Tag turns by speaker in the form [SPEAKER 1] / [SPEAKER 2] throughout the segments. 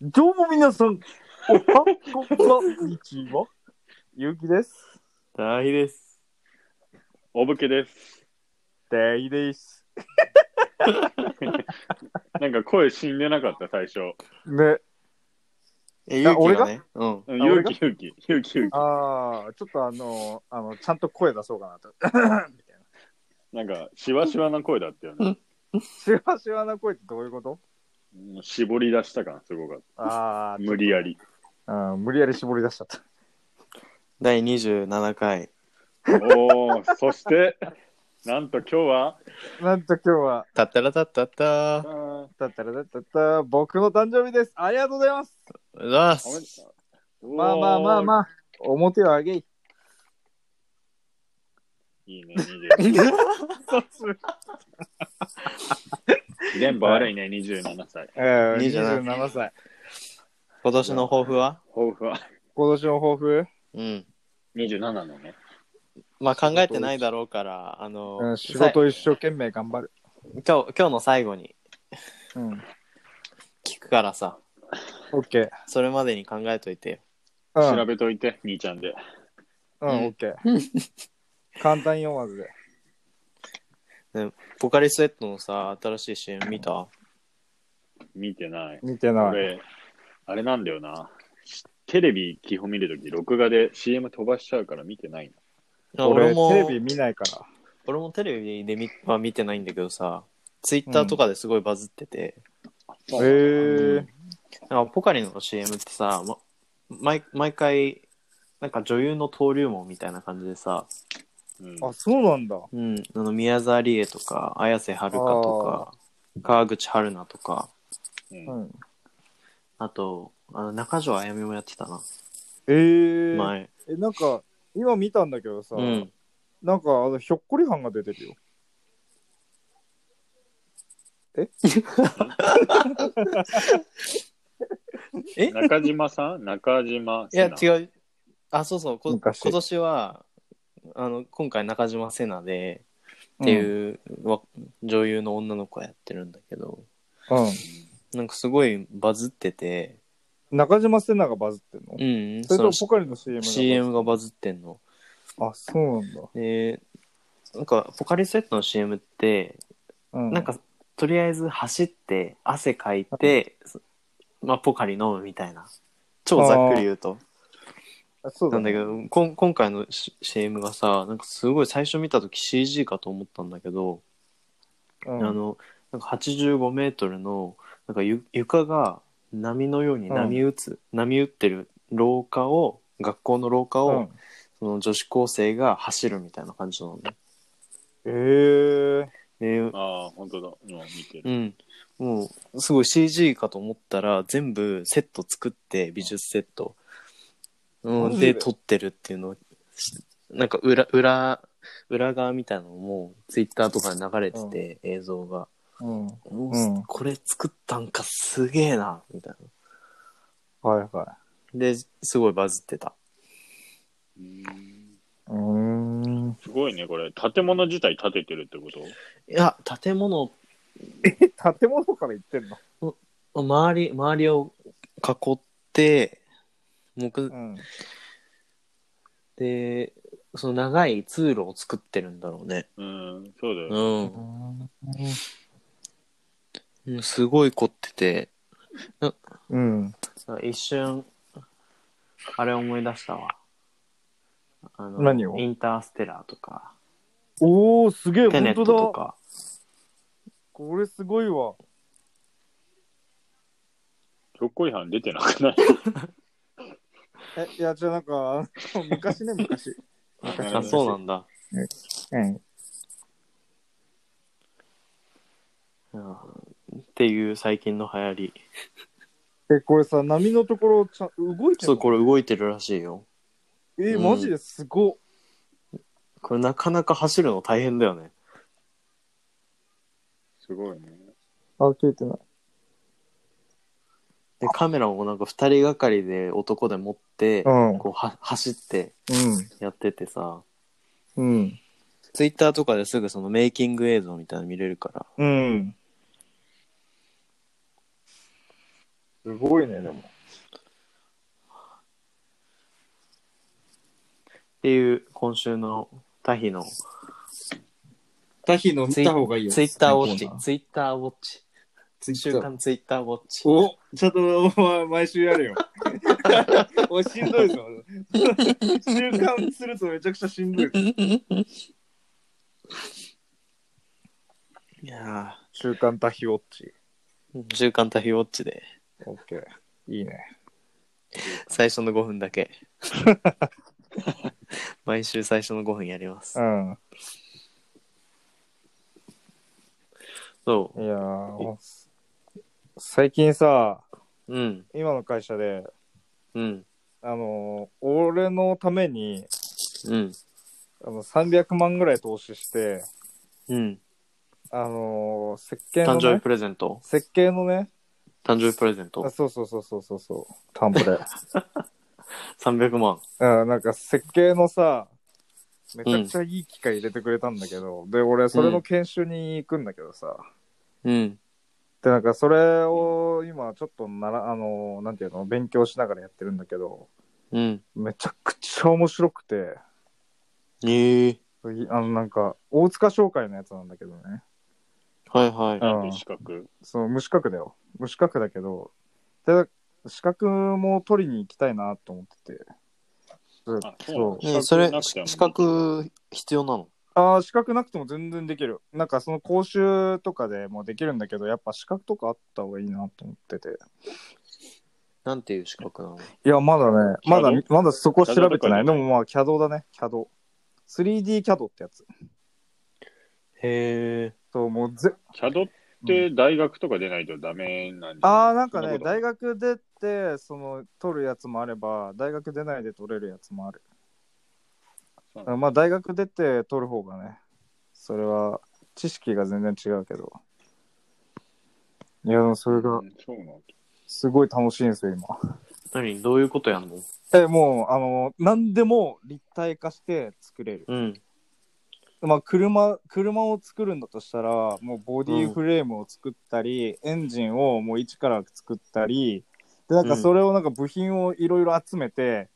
[SPEAKER 1] どうも皆さん、おはこんにちは。ゆうきです。
[SPEAKER 2] 大です。
[SPEAKER 3] おぶけです。
[SPEAKER 1] でいです。
[SPEAKER 3] なんか声死んでなかった、最初。
[SPEAKER 1] ね。
[SPEAKER 2] え、ゆうき
[SPEAKER 1] 俺が
[SPEAKER 2] がね。うん。
[SPEAKER 3] うん
[SPEAKER 1] あ
[SPEAKER 3] 勇気、勇気、勇気、勇
[SPEAKER 1] ああ、ちょっとあの、あの、ちゃんと声出そうかなと。みたいな
[SPEAKER 3] 気。なんか、しわしわな声だったよね。
[SPEAKER 1] シワシワな声ってどういうこと
[SPEAKER 3] もう絞り出した感、すごかっ
[SPEAKER 1] あ
[SPEAKER 3] た。無理やり。
[SPEAKER 1] あ、うん無理やり絞り出しちゃった。
[SPEAKER 2] 第27回。
[SPEAKER 3] おー、そして、なんと今日は、
[SPEAKER 1] なんと今日は、
[SPEAKER 2] たったらたったった。ありがと
[SPEAKER 3] あ
[SPEAKER 1] たったらたったった、僕の誕生日です。ありがとうございます。
[SPEAKER 2] うございま。
[SPEAKER 3] ーおめですとう
[SPEAKER 1] まあまあまあ
[SPEAKER 3] あ。
[SPEAKER 1] まあ、表を上げい。
[SPEAKER 3] いいね、20。電波悪 いね、27歳。
[SPEAKER 2] 27
[SPEAKER 1] 27歳。
[SPEAKER 2] 今年の抱負は
[SPEAKER 3] 抱負は
[SPEAKER 1] 今年の抱負
[SPEAKER 2] うん。
[SPEAKER 3] 27なのね。
[SPEAKER 2] まあ考えてないだろうから、あの、
[SPEAKER 1] うん仕
[SPEAKER 2] さい
[SPEAKER 1] 事一生懸命頑張る。
[SPEAKER 2] 今日、今日の最後に
[SPEAKER 1] うん。
[SPEAKER 2] 聞くからさ、
[SPEAKER 1] オッケ
[SPEAKER 2] それまでに考えといてよ。
[SPEAKER 1] ー。
[SPEAKER 3] 調べといて、兄ちゃんで。
[SPEAKER 1] うん、うん、オッケー。 簡単に読まずで。
[SPEAKER 2] ポカリスエットのさ、新しい CM 見た
[SPEAKER 3] 見てない。
[SPEAKER 1] 見てない。
[SPEAKER 3] 俺、あれなんだよな。テレビ基本見るとき、録画で CM 飛ばしちゃうから見てないな。
[SPEAKER 2] あ俺も、
[SPEAKER 1] テレビ見ないから。
[SPEAKER 2] 俺もテレビで見は見てないんだけどさ、ツイッターとかですごいバズってて、
[SPEAKER 1] へえー。
[SPEAKER 2] なんかポカリの CM ってさ、ま、毎毎回なんか女優の登竜門みたいな感じでさ、
[SPEAKER 3] うん
[SPEAKER 1] あ、そうなんだ。
[SPEAKER 2] うん、あの宮沢りえとか綾瀬はるかとか川口春奈とか
[SPEAKER 3] うん
[SPEAKER 1] うん。
[SPEAKER 2] あとあの中条あやみもやってたな
[SPEAKER 1] えー、
[SPEAKER 2] 前、
[SPEAKER 1] え、なんか、今見たんだけどさ、
[SPEAKER 2] うん、
[SPEAKER 1] なんか、あの、ひょっこりはんが出てるよ。
[SPEAKER 3] 中島さん中島
[SPEAKER 2] いや
[SPEAKER 3] う。
[SPEAKER 2] 違うあそうそうこ今
[SPEAKER 1] 昔
[SPEAKER 2] 年はあの今回中島瀬奈でっていう、わ女優の女の子がやってるんだけど
[SPEAKER 1] うん。
[SPEAKER 2] なんかすごいバズってて
[SPEAKER 1] 中島瀬奈がバズってんの、
[SPEAKER 2] うん
[SPEAKER 1] それ
[SPEAKER 2] そ
[SPEAKER 1] とも
[SPEAKER 2] の
[SPEAKER 1] ポカリの CM がバズってんの
[SPEAKER 2] CM がバズってんの
[SPEAKER 1] あ、そうなんだ。
[SPEAKER 2] でなんかポカリスエットの CM って、
[SPEAKER 1] うん。
[SPEAKER 2] なん、かとりあえず走って汗かいて、そまあ、ポカリ飲むみたいな超ざっくり言うと
[SPEAKER 1] そうだ
[SPEAKER 2] なんだ
[SPEAKER 1] ね、
[SPEAKER 2] けどこん今回の C- CM がさなんかすごい最初見た時 CG かと思ったんだけど、
[SPEAKER 1] うん、
[SPEAKER 2] あのなんか85メートルのなんかゆ床が波のように
[SPEAKER 1] うん
[SPEAKER 2] 波打つ、波打ってる廊下を学校の廊下を、
[SPEAKER 1] うん、
[SPEAKER 2] その女子高生が走るみたいな感じなのね。
[SPEAKER 1] えー、
[SPEAKER 2] で
[SPEAKER 3] ああ、本当だ。今見てる。
[SPEAKER 2] うん。もう、すごい CG かと思ったら、全部セット作って、美術セット。う
[SPEAKER 1] マ
[SPEAKER 2] ん、
[SPEAKER 1] ジで
[SPEAKER 2] で、撮ってるっていうのをしなんか裏、裏、裏側みたいなのも、ツイッターとかで流れてて、映像が。
[SPEAKER 1] うん。
[SPEAKER 2] もう
[SPEAKER 1] うん
[SPEAKER 2] これ作ったんか、すげえな、みたい
[SPEAKER 1] はいは
[SPEAKER 2] な。で、すごいバズってた。
[SPEAKER 3] うん
[SPEAKER 1] い。うーん。
[SPEAKER 3] すごいね、これ。建物自体建ててるってこと
[SPEAKER 2] いや、建物、
[SPEAKER 1] 建物から行ってんの
[SPEAKER 2] 周り、周りを囲って、木
[SPEAKER 1] うん。
[SPEAKER 2] で、その長い通路を作ってるんだろうね。
[SPEAKER 3] うん、そうだよ。
[SPEAKER 2] う
[SPEAKER 1] う
[SPEAKER 2] ん。
[SPEAKER 1] ん
[SPEAKER 2] うん、すごい凝ってて、
[SPEAKER 1] うん。
[SPEAKER 2] 一瞬、あれ思い出したわ。あの
[SPEAKER 1] 何を
[SPEAKER 2] インターステラーとか、
[SPEAKER 1] おお、すげえ、
[SPEAKER 2] テネ
[SPEAKER 1] 本
[SPEAKER 2] ット
[SPEAKER 1] 当
[SPEAKER 2] と
[SPEAKER 1] だ。
[SPEAKER 2] か。
[SPEAKER 1] これすごいわ。
[SPEAKER 3] ひょっこりはん出てなくない
[SPEAKER 1] え、いや、じゃあなんか、あの昔ね、昔。
[SPEAKER 2] あ、そうなんだ。
[SPEAKER 1] うん。
[SPEAKER 2] うんっていう最近の流行り。
[SPEAKER 1] え、これさ、波のところ、ちゃん動いて
[SPEAKER 2] そ
[SPEAKER 1] る
[SPEAKER 2] う、これ動いてるらしいよ。
[SPEAKER 1] え、
[SPEAKER 2] うん
[SPEAKER 1] マジですごっ。
[SPEAKER 2] これなかなか走るの大変だよね。
[SPEAKER 3] すごいね。
[SPEAKER 1] あ、消えてない。
[SPEAKER 2] で、カメラもなんか二人がかりで男で持って、
[SPEAKER 1] うん。
[SPEAKER 2] こうは走ってやっててさ、
[SPEAKER 1] うん。
[SPEAKER 2] ツイッターとかですぐそのメイキング映像みたいなの見れるから、
[SPEAKER 1] うん。うん。すごいね、でも。
[SPEAKER 2] ていう今週のタヒの
[SPEAKER 4] タヒの見た方がいいよ。
[SPEAKER 2] ツイッターウォッチツイッターウォッチ
[SPEAKER 4] ツイ
[SPEAKER 2] 週
[SPEAKER 4] ッター。
[SPEAKER 2] 刊ツイッターウォッチ
[SPEAKER 4] おちょっと、お前、毎週やれよ。 おしんどい ぞ。 習慣するとめちゃくちゃしんどいぞ。
[SPEAKER 2] いや
[SPEAKER 1] 週刊タヒウォッチ。
[SPEAKER 2] ー週刊タヒウォッチで
[SPEAKER 1] オッケー。いいね。
[SPEAKER 2] 最初の5分だけ 毎週最初の5分やります
[SPEAKER 1] うん。
[SPEAKER 2] そ
[SPEAKER 1] いやー最近さ、
[SPEAKER 2] ううん
[SPEAKER 1] 今の会社で、
[SPEAKER 2] うん
[SPEAKER 1] あのー俺のために、
[SPEAKER 2] うん
[SPEAKER 1] あの300万ぐらい投資して、
[SPEAKER 2] うん
[SPEAKER 1] あのー設計の、
[SPEAKER 2] 誕生日
[SPEAKER 1] ね、
[SPEAKER 2] プレゼント
[SPEAKER 1] 設計のね、
[SPEAKER 2] 誕生日プレゼン
[SPEAKER 1] あ
[SPEAKER 2] ト
[SPEAKER 1] そうそうそうそうそうそう、タンブレ。
[SPEAKER 2] 300万
[SPEAKER 1] うん、なんか設計のさ、めちゃくちゃいい機械入れてくれたんだけど、で、俺、それの研修に行くんだけどさ、
[SPEAKER 2] うん
[SPEAKER 1] で、なんかそれを今、ちょっとなら、あの、なんていうの、勉強しながらやってるんだけど、
[SPEAKER 2] うん
[SPEAKER 1] めちゃくちゃ面白くて、
[SPEAKER 2] ええ
[SPEAKER 1] いあの、なんか、大塚商会のやつなんだけどね、
[SPEAKER 2] はいはい
[SPEAKER 1] うん
[SPEAKER 3] 資格。
[SPEAKER 1] そう、無資格だよ。無資格だけど、で、資格も取りに行きたいなと思ってて、ずっ
[SPEAKER 3] あ
[SPEAKER 1] と。
[SPEAKER 2] ねえそれ、資格必要なの
[SPEAKER 1] ああ、資格なくても全然できる。なんかその講習とかでもできるんだけど、やっぱ資格とかあった方がいいなと思ってて。
[SPEAKER 2] なんていう資格なの
[SPEAKER 1] いや、まだね、まだ
[SPEAKER 3] CAD、
[SPEAKER 1] まだそこ調べてない。で
[SPEAKER 3] CAD とかじゃない
[SPEAKER 1] もまあ、CAD だね、CAD。3D CAD ってやつ。
[SPEAKER 2] へえ。
[SPEAKER 1] そう、もうぜ、
[SPEAKER 3] キャドって大学とか出ないとダメなんじゃい
[SPEAKER 1] ああ、なんかね、
[SPEAKER 3] そこと
[SPEAKER 1] 大学出て、その、取るやつもあれば、大学出ないで取れるやつもある。
[SPEAKER 3] そう
[SPEAKER 1] まあ、大学出て取る方がね、それは、知識が全然違うけど。いや、でもそれが
[SPEAKER 3] う、んそうなの。
[SPEAKER 1] すごい楽しいんですよ、今。
[SPEAKER 2] 何どういうことやんの
[SPEAKER 1] え、もう、あの、何でも立体化して作れる。
[SPEAKER 2] うん。
[SPEAKER 1] まあ、車、車を作るんだとしたら、もうボディフレームを作ったり、エンジンをもう一から作ったり、で、なんかそれをなんか部品をいろいろ集めて、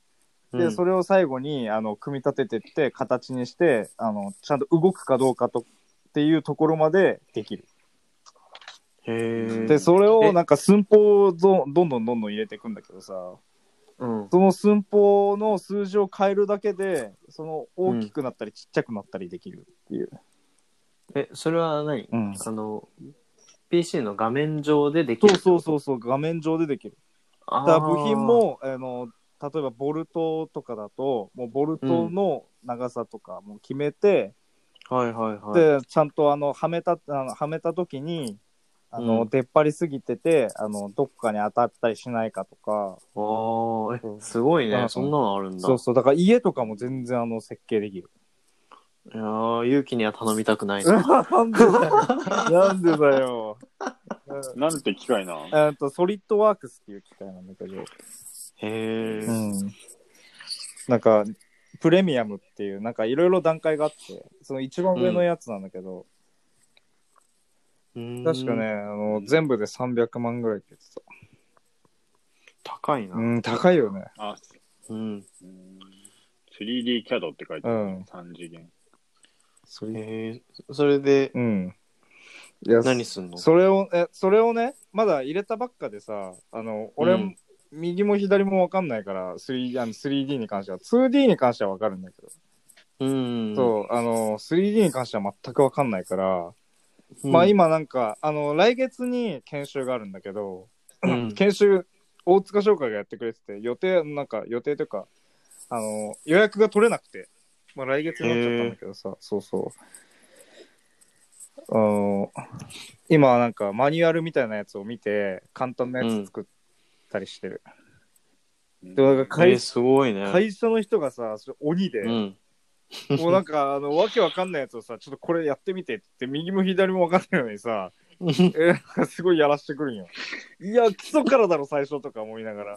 [SPEAKER 1] で、そ
[SPEAKER 2] れ。
[SPEAKER 1] れを最後に、あの、組み立ててって、形にして、あの、ちゃんと動くかどうかと、っていうところまでできる。
[SPEAKER 2] へえ。
[SPEAKER 1] で、それ
[SPEAKER 2] え
[SPEAKER 1] をなんか寸法をどどんどんどんどん入れていくんだけどさ、
[SPEAKER 2] うん。
[SPEAKER 1] その寸法の数字を変えるだけで、その大きくなったりちっちゃくなったりできるっていう。
[SPEAKER 2] え、それは何
[SPEAKER 1] うん。
[SPEAKER 2] あの、PC の画面上ででき
[SPEAKER 1] そ
[SPEAKER 2] る。
[SPEAKER 1] うそうそうそう、画面上でできる。
[SPEAKER 2] あ
[SPEAKER 1] だ
[SPEAKER 2] ー。
[SPEAKER 1] から部品も、あの、例えばボルトとかだと、もうボルトの長さとかもう決めて、
[SPEAKER 2] はいはいはい。
[SPEAKER 1] で、ちゃんとあの、はめた、あのはめた時に、あの、
[SPEAKER 2] うん
[SPEAKER 1] 出っ張りすぎてて、あの、どっかに当たったりしないかとか、
[SPEAKER 2] ああ、
[SPEAKER 1] そ
[SPEAKER 2] え、
[SPEAKER 1] う
[SPEAKER 2] すごい
[SPEAKER 1] だか
[SPEAKER 2] ね。
[SPEAKER 1] ら
[SPEAKER 2] そんなのあるんだ。
[SPEAKER 1] そうそう、だから家とかも全然あの、設計できる。
[SPEAKER 2] いやー勇気には頼みたくないな。
[SPEAKER 1] なんでだよ。なんでだ よ。うん
[SPEAKER 3] なんて機械な。
[SPEAKER 1] えーっと、ソリッドワークスっていう機械なんだけど、
[SPEAKER 2] へえ。
[SPEAKER 1] ん、なんか、プレミアムっていう、なんかいろいろ段階があって、その一番上のやつなんだけど、
[SPEAKER 2] うん
[SPEAKER 1] 確かね、。あの、全部で300万ぐらいって言ってた。
[SPEAKER 2] 高いな。
[SPEAKER 1] うん、高いよね。
[SPEAKER 3] あ、
[SPEAKER 2] うん。
[SPEAKER 3] うん 3D キャドって書いてある。
[SPEAKER 1] うん
[SPEAKER 3] 三次元。
[SPEAKER 1] それ
[SPEAKER 2] へえ。それで、
[SPEAKER 1] うん。いや、
[SPEAKER 2] 何すんの
[SPEAKER 1] それを、え、それをね、まだ入れたばっかでさ、あの、俺、
[SPEAKER 2] うん
[SPEAKER 1] 右も左もわかんないから、3D, あの 3D に関しては、2D に関してはわかるんだけど、
[SPEAKER 2] うん。
[SPEAKER 1] そう、あの、3D に関しては全くわかんないから、
[SPEAKER 2] うん。
[SPEAKER 1] まあ今なんか、あの、来月に研修があるんだけど、
[SPEAKER 2] うん
[SPEAKER 1] 研修、大塚商会がやってくれてて、予定、なんか予定というか、あの、予約が取れなくて、まあ来月になっちゃったんだけどさ、そうそう。あの、今はなんかマニュアルみたいなやつを見て、簡単なやつ作ったりしてる。でもなんか
[SPEAKER 2] え
[SPEAKER 1] 会
[SPEAKER 2] ー、すごいね。
[SPEAKER 1] 会社の人がさ、それ鬼で、
[SPEAKER 2] うん。
[SPEAKER 1] もうなんか、あの、わけわかんないやつをさ、ちょっとこれやってみてって言って、右も左もわかんないのに さ、えーすごいやらしてくるんよ。いや、基礎からだろ、最初とか思いながら。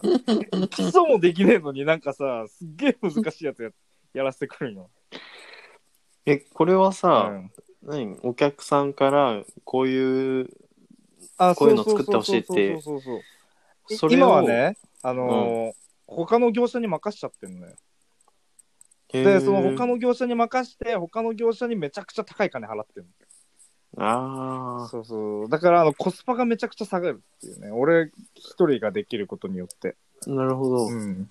[SPEAKER 1] 基礎もできねえのになんかさ、すっげえ難しいやつややらせてくるんよ。
[SPEAKER 2] え、これはさ、
[SPEAKER 1] うん
[SPEAKER 2] 何お客さんからこういう
[SPEAKER 1] あ
[SPEAKER 2] こういうの作ってほしいって
[SPEAKER 1] そうそうそうそう
[SPEAKER 2] それを
[SPEAKER 1] 今は、ね、あのー他の業者に任しちゃってるのよ。
[SPEAKER 2] へー
[SPEAKER 1] で、その他の業者に任して、他の業者にめちゃくちゃ高い金払ってるの。
[SPEAKER 2] あ
[SPEAKER 1] そうそう。だから、あの、コスパがめちゃくちゃ下がるっていうね。俺一人ができることによって。
[SPEAKER 2] あ、なるほど。
[SPEAKER 1] うん。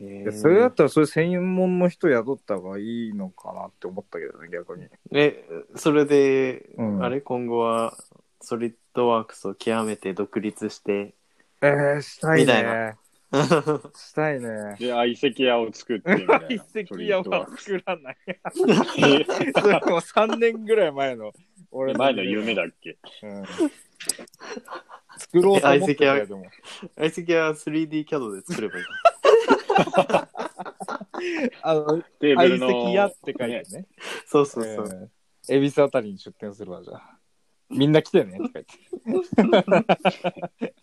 [SPEAKER 2] へ
[SPEAKER 1] で
[SPEAKER 2] ー
[SPEAKER 1] それだったら、そういう専門の人雇った方がいいのかなって思ったけどね、逆に。
[SPEAKER 2] え、それで、
[SPEAKER 1] うん
[SPEAKER 2] あれ今後は、ソリッドワークスを極めて独立して、
[SPEAKER 1] えー、したい
[SPEAKER 2] みたい
[SPEAKER 1] ね。 したいね。
[SPEAKER 3] で、相席屋を作ってみ たいな。
[SPEAKER 1] 作らない。
[SPEAKER 3] それとは
[SPEAKER 1] それも3年ぐらい前の、俺
[SPEAKER 3] 前の夢だっけ
[SPEAKER 1] うん作ろうと思ってた
[SPEAKER 2] え相席は
[SPEAKER 1] よ、でも。
[SPEAKER 2] 相席は 3DCAD で作ればいい。
[SPEAKER 1] あの、
[SPEAKER 3] テーブル
[SPEAKER 1] 相
[SPEAKER 3] の。
[SPEAKER 1] 席屋って書いてね。
[SPEAKER 2] そうそうそう。
[SPEAKER 1] えー恵比寿あたりに出店するわ、じゃあ。みんな来てね、とか言って。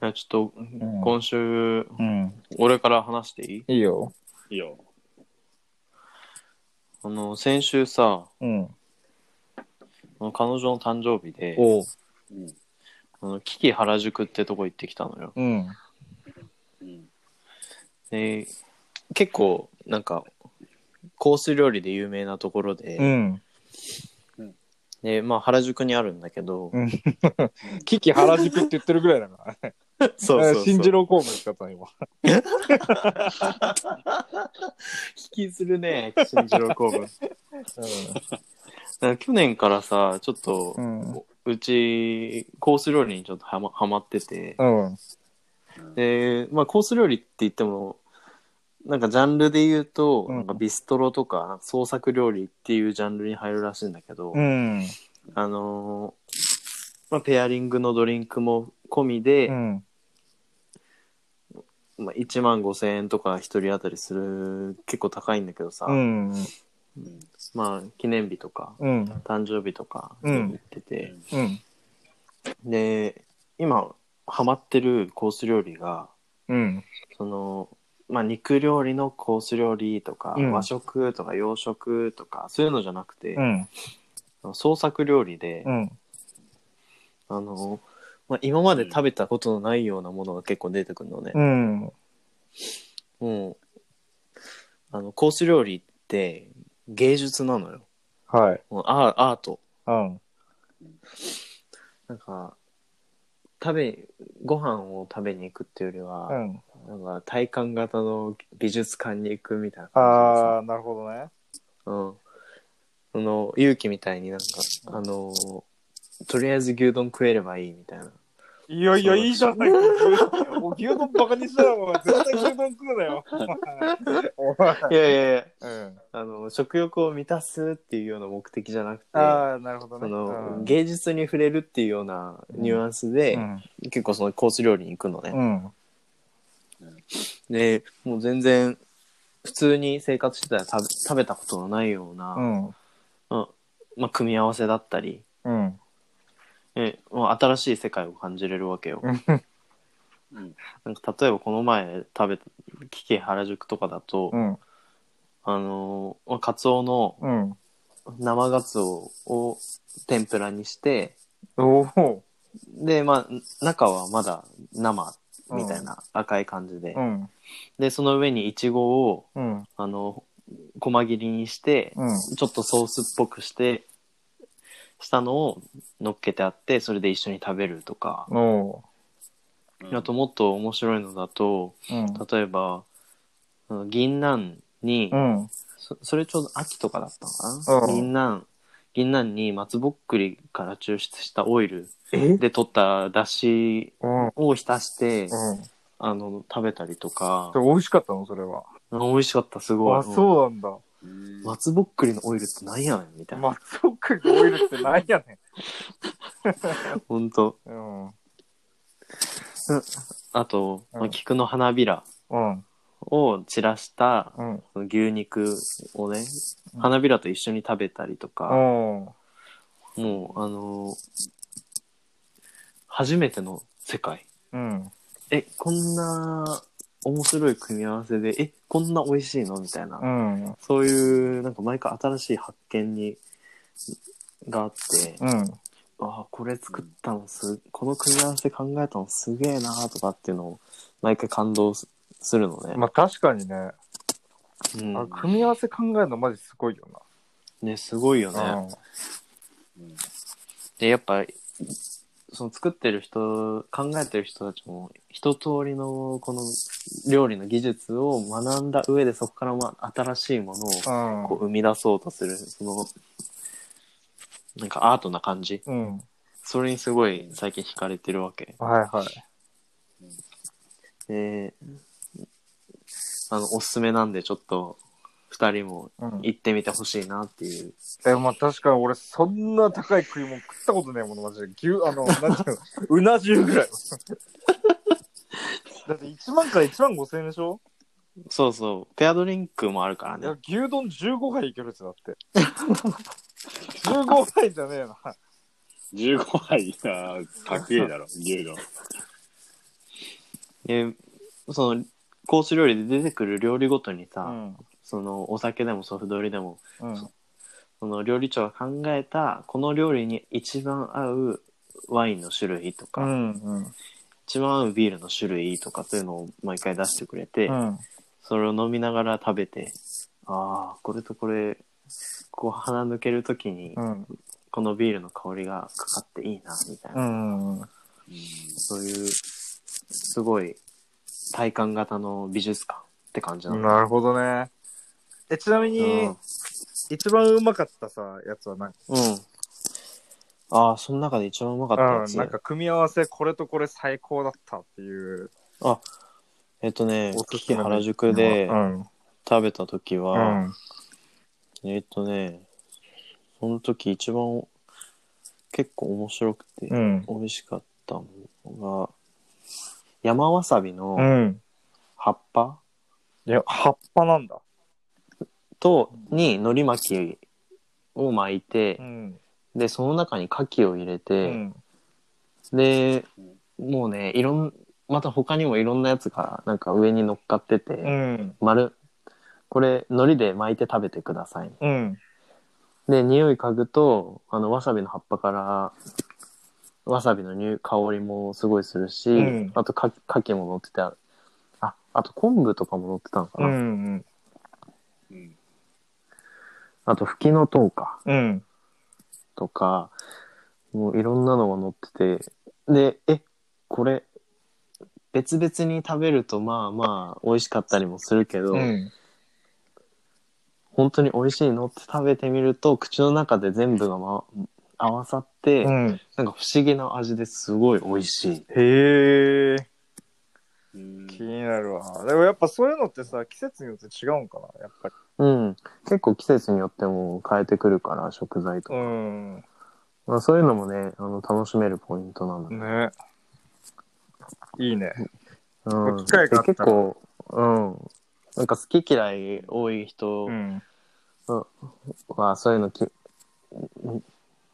[SPEAKER 2] あちょっと、
[SPEAKER 1] ん
[SPEAKER 2] 今週、
[SPEAKER 1] うん。
[SPEAKER 2] 俺から話していい
[SPEAKER 1] いいよ。
[SPEAKER 3] いいよ。
[SPEAKER 2] あの、先週さ、
[SPEAKER 1] うん。
[SPEAKER 2] あの彼女の誕生日で、
[SPEAKER 1] おう。
[SPEAKER 3] うん
[SPEAKER 2] あのキキ原宿ってとこ行ってきたのよ。
[SPEAKER 1] うん。
[SPEAKER 3] うん
[SPEAKER 2] で、結構、なんか、コース料理で有名なところで、
[SPEAKER 1] うん。
[SPEAKER 2] で、まあ原宿にあるんだけど、
[SPEAKER 1] うんキキ原宿って言ってるぐらいだから。
[SPEAKER 2] そうそうそう。
[SPEAKER 1] 新 次郎公務使った今。
[SPEAKER 2] 引きずるね、新次郎公文。なんか去年からさ、ちょっと、
[SPEAKER 1] うん。
[SPEAKER 2] うち、コース料理にちょっとはまはまってて、
[SPEAKER 1] うん。
[SPEAKER 2] で、まあコース料理って言っても、なんかジャンルで言うと、
[SPEAKER 1] うん
[SPEAKER 2] なんかビストロとか、なんか創作料理っていうジャンルに入るらしいんだけど、
[SPEAKER 1] うん。
[SPEAKER 2] あのーまあペアリングのドリンクも込みで、
[SPEAKER 1] うん。
[SPEAKER 2] まあ1万5千円とか一人当たりする、結構高いんだけどさ、
[SPEAKER 1] うん。
[SPEAKER 2] まあ記念日とか、
[SPEAKER 1] うん。
[SPEAKER 2] 誕生日とか
[SPEAKER 1] う
[SPEAKER 2] に
[SPEAKER 1] ん
[SPEAKER 2] 行ってて、
[SPEAKER 1] うん。
[SPEAKER 2] で今ハマってるコース料理が
[SPEAKER 1] うん。
[SPEAKER 2] その、まあ、肉料理のコース料理とか、
[SPEAKER 1] うん
[SPEAKER 2] 和食とか洋食とかそういうのじゃなくて
[SPEAKER 1] う、ん。
[SPEAKER 2] 創作料理で、
[SPEAKER 1] うん。
[SPEAKER 2] あのまあ、今まで食べたことのないようなものが結構出てくるのね
[SPEAKER 1] う、ん。
[SPEAKER 2] もうあのコース料理って芸術なのよ
[SPEAKER 1] はい。
[SPEAKER 2] もうアーアート
[SPEAKER 1] うん。
[SPEAKER 2] なんか食べご飯を食べに行くっていうよりは、
[SPEAKER 1] うん。
[SPEAKER 2] なんか体感型の美術館に行くみたいな感じで
[SPEAKER 1] あ
[SPEAKER 2] さ
[SPEAKER 1] あ、なるほどね。
[SPEAKER 2] うん、その勇気みたいになんか、あのーとりあえず牛丼食えればいいみたいな。
[SPEAKER 1] いやいや、
[SPEAKER 2] そう
[SPEAKER 1] いいじゃないか。お牛丼バカにしたら、お前、絶対牛丼食うなよ。お前
[SPEAKER 2] いやいやいや、
[SPEAKER 1] うん。
[SPEAKER 2] あの食欲を満たすっていうような目的じゃなくて、
[SPEAKER 1] ああ、なるほどね。
[SPEAKER 2] その
[SPEAKER 1] うん
[SPEAKER 2] 芸術に触れるっていうようなニュアンスで、
[SPEAKER 1] うん
[SPEAKER 2] 結構そのコース料理に行くのね。
[SPEAKER 1] うん。
[SPEAKER 2] で、もう全然普通に生活してたら食べ食べたことのないよう
[SPEAKER 1] う
[SPEAKER 2] な、
[SPEAKER 1] ん。
[SPEAKER 2] うんまあ、組み合わせだったり、
[SPEAKER 1] うん。
[SPEAKER 2] え、もう新しい世界を感じれるわけよ。
[SPEAKER 3] うん
[SPEAKER 2] なんか例えばこの前食べた、キキ原宿とかだと、
[SPEAKER 1] うん。
[SPEAKER 2] あのー、まあカツオの
[SPEAKER 1] うん。
[SPEAKER 2] 生ガツオを天ぷらにして、
[SPEAKER 1] おお。
[SPEAKER 2] で、まあ、中はまだ生みたいな赤い感じで、
[SPEAKER 1] うん。
[SPEAKER 2] で、その上にイチゴを、
[SPEAKER 1] うん。
[SPEAKER 2] あの、細切りにして、
[SPEAKER 1] うん。
[SPEAKER 2] ちょっとソースっぽくして、したのを乗っけてあって、それで一緒に食べるとか、
[SPEAKER 1] おお。
[SPEAKER 2] あともっと面白いのだと、
[SPEAKER 1] うん。
[SPEAKER 2] 例えば、あの銀杏に、
[SPEAKER 1] うん。
[SPEAKER 2] そそれちょうど秋とかだったのか
[SPEAKER 1] う
[SPEAKER 2] な、
[SPEAKER 1] ん
[SPEAKER 2] 銀杏、銀杏に松ぼっくりから抽出したオイル
[SPEAKER 1] え
[SPEAKER 2] で取っただし
[SPEAKER 1] うん。うん。
[SPEAKER 2] を浸して、
[SPEAKER 1] そ
[SPEAKER 2] あの、食べたりとか、
[SPEAKER 1] れ美味しかったのそれは。
[SPEAKER 2] 美味しかった、すごい。
[SPEAKER 1] あ、そうなんだ。
[SPEAKER 3] う
[SPEAKER 2] う
[SPEAKER 3] ん
[SPEAKER 2] ん松ぼっくりのオイルってなんやねんみたいな。
[SPEAKER 1] マツオクがオイルってなんやね
[SPEAKER 2] ほんと。
[SPEAKER 1] ん。うん。
[SPEAKER 2] あと、
[SPEAKER 1] うん
[SPEAKER 2] まあ菊の花びら
[SPEAKER 1] うん。
[SPEAKER 2] を散らした
[SPEAKER 1] うん。
[SPEAKER 2] その牛肉をね
[SPEAKER 1] う、ん
[SPEAKER 2] 花びらと一緒に食べたりとか、
[SPEAKER 1] うん。
[SPEAKER 2] もう、あの初めての世界。
[SPEAKER 1] うん。
[SPEAKER 2] え、こんな面白い組み合わせで、え、こんな美味しいのみたいな。
[SPEAKER 1] うん。
[SPEAKER 2] そういう、なんか毎回新しい発見に、があって、
[SPEAKER 1] うん。
[SPEAKER 2] あああ、これ作ったのす、この組み合わせ考えたのすげえなーとかっていうのを毎回感動すするのね。
[SPEAKER 1] まあ確かにね、
[SPEAKER 2] うん
[SPEAKER 1] あ組み合わせ考えるのマジすごいよ
[SPEAKER 2] ね、すごいよね。
[SPEAKER 1] な。うん
[SPEAKER 2] でやっぱその作ってる人考えてる人たちも一通りのこの料理の技術を学んだ上でそこからまあ新しいものを
[SPEAKER 1] うん
[SPEAKER 2] こう生み出そうとするそのなんかアートな感じ
[SPEAKER 1] うん。
[SPEAKER 2] それにすごい最近惹かれてるわけ
[SPEAKER 1] はいはい。
[SPEAKER 2] であのおすすめなんでちょっと2人も
[SPEAKER 1] うん、
[SPEAKER 2] 行ってみてほしいなっていう
[SPEAKER 1] え、まあ確かに俺そんな高い食い物食ったことねえもの、マジで。牛、あの、 なんていうの、うな重ぐらい。 だって1万から1万5千円でしょ
[SPEAKER 2] そうそうペアドリンクもあるから
[SPEAKER 1] い
[SPEAKER 2] ね
[SPEAKER 1] や、牛丼15杯いけるってだって。15杯じゃねえな。
[SPEAKER 3] 15杯いやー高えだろ、牛丼。
[SPEAKER 2] でそのコース料理で出てくる料理ごとにさ、
[SPEAKER 1] うん。
[SPEAKER 2] そのお酒でもソフトドリでも
[SPEAKER 1] うん。
[SPEAKER 2] その料理長が考えたこの料理に一番合うワインの種類とか、
[SPEAKER 1] うん。
[SPEAKER 2] 一番合うビールの種類とかというのを毎回出してくれて、
[SPEAKER 1] うん。
[SPEAKER 2] それを飲みながら食べてああこれとこれこう鼻抜ける時に
[SPEAKER 1] うん。
[SPEAKER 2] このビールの香りがかかっていいなみたいな、
[SPEAKER 1] うん。
[SPEAKER 2] そういうすごい体感型の美術館って感じなの、
[SPEAKER 1] なるほどね。え、ちなみ
[SPEAKER 2] う
[SPEAKER 1] に
[SPEAKER 2] ん、
[SPEAKER 1] 一番うまかったさ、やつは何
[SPEAKER 2] うん。ああ、その中で一番うまかったや
[SPEAKER 1] う
[SPEAKER 2] つ。
[SPEAKER 1] ん、なんか組み合わせこれとこれ最高だったっていう。
[SPEAKER 2] えっとね
[SPEAKER 1] お、す
[SPEAKER 2] キ
[SPEAKER 1] すめ
[SPEAKER 2] キ原宿で
[SPEAKER 1] うん。
[SPEAKER 2] 食べた時
[SPEAKER 1] う
[SPEAKER 2] は、
[SPEAKER 1] ん。
[SPEAKER 2] えっとね、その時一番結構面白くて、
[SPEAKER 1] うん。
[SPEAKER 2] 美味しかったのが、山わさび
[SPEAKER 1] う
[SPEAKER 2] の
[SPEAKER 1] ん。
[SPEAKER 2] 葉っぱ
[SPEAKER 1] いや、葉っぱなんだ。
[SPEAKER 2] と、に海苔巻きを巻いて、
[SPEAKER 1] ん。
[SPEAKER 2] で、その中に牡蠣を入れ
[SPEAKER 1] う
[SPEAKER 2] て、
[SPEAKER 1] ん。
[SPEAKER 2] で、もうね、いろん、また他にもいろんなやつが、なんか上に乗っかってて、
[SPEAKER 1] うん。
[SPEAKER 2] 丸、これ、海苔で巻いて食べてください。
[SPEAKER 1] うん。
[SPEAKER 2] で、匂い嗅ぐと、あの、わさびの葉っぱから、わさびの匂い香りもすごいするし、
[SPEAKER 1] うん
[SPEAKER 2] あとか、かきも乗ってて、あ、あと昆布とかも乗ってたのか
[SPEAKER 1] う
[SPEAKER 2] な。
[SPEAKER 1] ん。
[SPEAKER 3] うん
[SPEAKER 2] あと、吹きの糖か、
[SPEAKER 1] うん。
[SPEAKER 2] とか、もういろんなのが乗ってて、で、え、これ、別々に食べるとまあまあ美味しかったりもするけど、
[SPEAKER 1] うん。
[SPEAKER 2] 本当に美味しいのって食べてみると口の中で全部が、ま、合わさって、
[SPEAKER 1] うん。
[SPEAKER 2] なんか不思議な味ですごい美味しい。
[SPEAKER 1] へえ。
[SPEAKER 3] うん
[SPEAKER 1] 気になるわ。でもやっぱそういうのってさ、季節によって違うんかな、やっぱり。
[SPEAKER 2] うん。結構季節によっても変えてくるから食材とか、
[SPEAKER 1] うん。
[SPEAKER 2] まあ、そういうのもねあの楽しめるポイントなんだね。
[SPEAKER 1] ね。いいね。
[SPEAKER 2] うん、
[SPEAKER 1] 機会があったら
[SPEAKER 2] で結構、うん。なんか好き嫌い多い人
[SPEAKER 1] うん。
[SPEAKER 2] はそういうのき、ん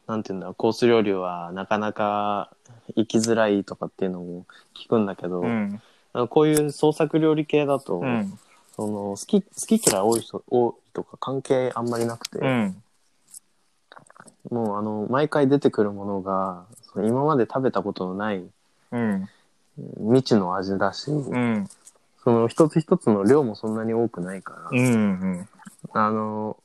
[SPEAKER 2] なんていうんだろうコース料理はなかなか行きづらいとかっていうのも聞くんだけど、
[SPEAKER 1] うん。
[SPEAKER 2] あのこういう創作料理系だと、
[SPEAKER 1] うん。
[SPEAKER 2] その好き好き嫌い多い人多いとか関係あんまりなくて、
[SPEAKER 1] うん。
[SPEAKER 2] もうあの毎回出てくるものがその今まで食べたことのない
[SPEAKER 1] うん。
[SPEAKER 2] 未知の味だし、
[SPEAKER 1] うん。
[SPEAKER 2] その一つ一つの量もそんなに多くないから、
[SPEAKER 1] うん。
[SPEAKER 2] あの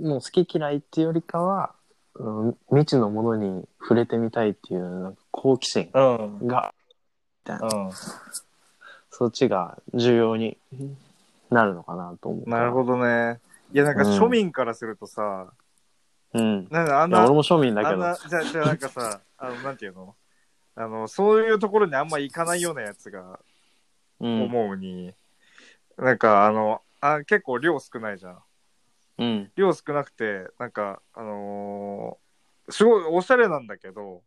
[SPEAKER 2] もう好き嫌いっていうよりかはあの未知のものに触れてみたいっていうなんか好奇心
[SPEAKER 1] うん。
[SPEAKER 2] が
[SPEAKER 1] う
[SPEAKER 2] そっちが重要になるのかなと思う。
[SPEAKER 1] ん。なるほどね。いや、なんか庶民からするとさ、
[SPEAKER 2] ど。うん。い
[SPEAKER 1] なんかあん
[SPEAKER 2] や
[SPEAKER 1] な
[SPEAKER 2] 俺も庶民だけ
[SPEAKER 1] あん
[SPEAKER 2] ど。
[SPEAKER 1] なじゃあじゃあなんか さあのなんていうのあのそういうところにあんま行かないようなやつが
[SPEAKER 2] うん。
[SPEAKER 1] 思うに、なんかあのあ結構量少ないじゃん
[SPEAKER 2] うん。
[SPEAKER 1] 量少なくてなんかあのーすごいおしゃれなんだけど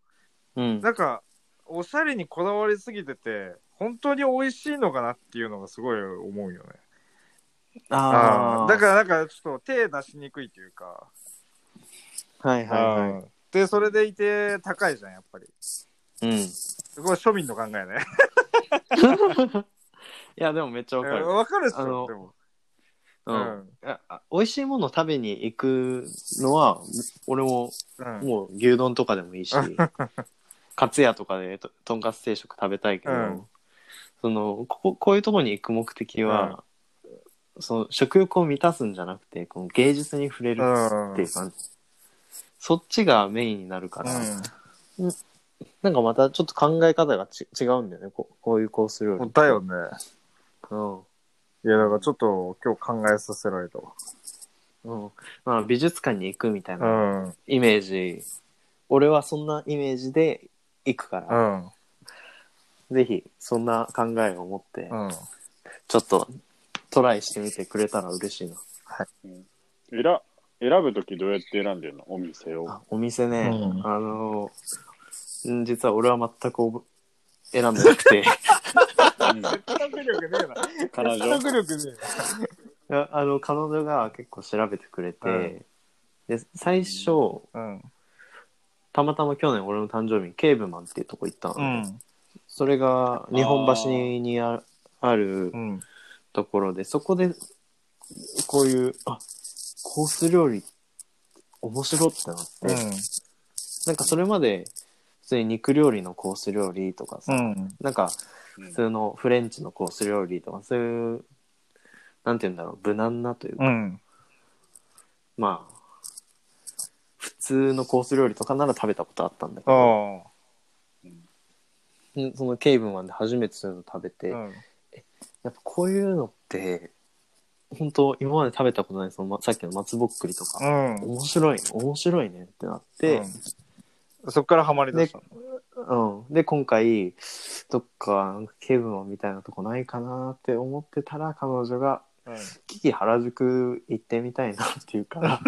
[SPEAKER 2] うん。
[SPEAKER 1] なんかおしゃれにこだわりすぎてて本当に美味しいのかなっていうのがすごい思うよね
[SPEAKER 2] あ
[SPEAKER 1] うん
[SPEAKER 2] あ。
[SPEAKER 1] だからなんかちょっと手出しにくいというか、
[SPEAKER 2] ら、はいはいは
[SPEAKER 1] うんでそれでいて高いじゃんやっぱり
[SPEAKER 2] い。うん。い
[SPEAKER 1] すごい庶民の考えね
[SPEAKER 2] や、でもめっちゃわか る。
[SPEAKER 1] わかるっし
[SPEAKER 2] あ
[SPEAKER 1] ょ
[SPEAKER 2] の
[SPEAKER 1] でもう
[SPEAKER 2] う。
[SPEAKER 1] んん。
[SPEAKER 2] ああ美味しいもの食べに行くのは、俺も、
[SPEAKER 1] うん。
[SPEAKER 2] もう牛丼とかでも いいし、かつやとかでととんかつ定食食べたいけど、
[SPEAKER 1] うん
[SPEAKER 2] そのここ、こういうとこに行く目的は、その食欲を満たすんじゃなくて、この芸術に触れるっていう感じ。そっちがメインになるから、なんかまたちょっと考え方がち違うんだよね、ここういうコース料
[SPEAKER 1] う
[SPEAKER 2] 理
[SPEAKER 1] ん。。だよね。
[SPEAKER 2] うん
[SPEAKER 1] いや、だからちょっと今日考えさせられたわ。
[SPEAKER 2] うんまあ、美術館に行くみたいな
[SPEAKER 1] うん。うん。
[SPEAKER 2] イメージ、俺はそんなイメージで行くから、ぜひそんな考えを持って、
[SPEAKER 1] うん。
[SPEAKER 2] ちょっとトライしてみてくれたら嬉しいな。
[SPEAKER 3] 選選ぶときどうやって選んでるのお店を。
[SPEAKER 2] あお店ね、
[SPEAKER 1] うん
[SPEAKER 2] あのーうん実は俺は全くおぼ選んでなく て
[SPEAKER 3] うん
[SPEAKER 1] 説得力ねえな。
[SPEAKER 3] 彼女
[SPEAKER 1] 説得力ね
[SPEAKER 2] ああの彼女が結構調べてくれて、で最初
[SPEAKER 1] えな。うん。
[SPEAKER 2] たまたま去年俺の誕生日にケーブマンっていうとこ行ったの、
[SPEAKER 1] うん。
[SPEAKER 2] それが日本橋にあある
[SPEAKER 1] うん。
[SPEAKER 2] ところでそこでこういうあコース料理面白ってなって、なんかそれまで普通に肉料理のコース料理とかさ、
[SPEAKER 1] うん。
[SPEAKER 2] なんか
[SPEAKER 3] う
[SPEAKER 2] 普
[SPEAKER 3] ん
[SPEAKER 2] 通のフレンチのコース料理とかそういうなんて言うんだろう無難なというか、
[SPEAKER 1] うん。
[SPEAKER 2] まあ普通のコース料理とかなら食べたことあったんだけ
[SPEAKER 1] あ
[SPEAKER 2] ど
[SPEAKER 1] あ。
[SPEAKER 2] うんそのケイブンマンで初めてそういうの食べて、
[SPEAKER 1] う
[SPEAKER 2] やっ
[SPEAKER 1] ん。
[SPEAKER 2] ぱこういうのって本当今まで食べたことないそのまさっきの松ぼっくりと
[SPEAKER 1] う
[SPEAKER 2] か、
[SPEAKER 1] ん。
[SPEAKER 2] 面白い面白いねってなって、
[SPEAKER 1] うんそっからハマりだしたの。
[SPEAKER 2] うん。で、今回、どっか、なんかケブンみたいなとこないかなって思ってたら、彼女が、
[SPEAKER 1] うん
[SPEAKER 2] キキ原宿行ってみたいなって言うから、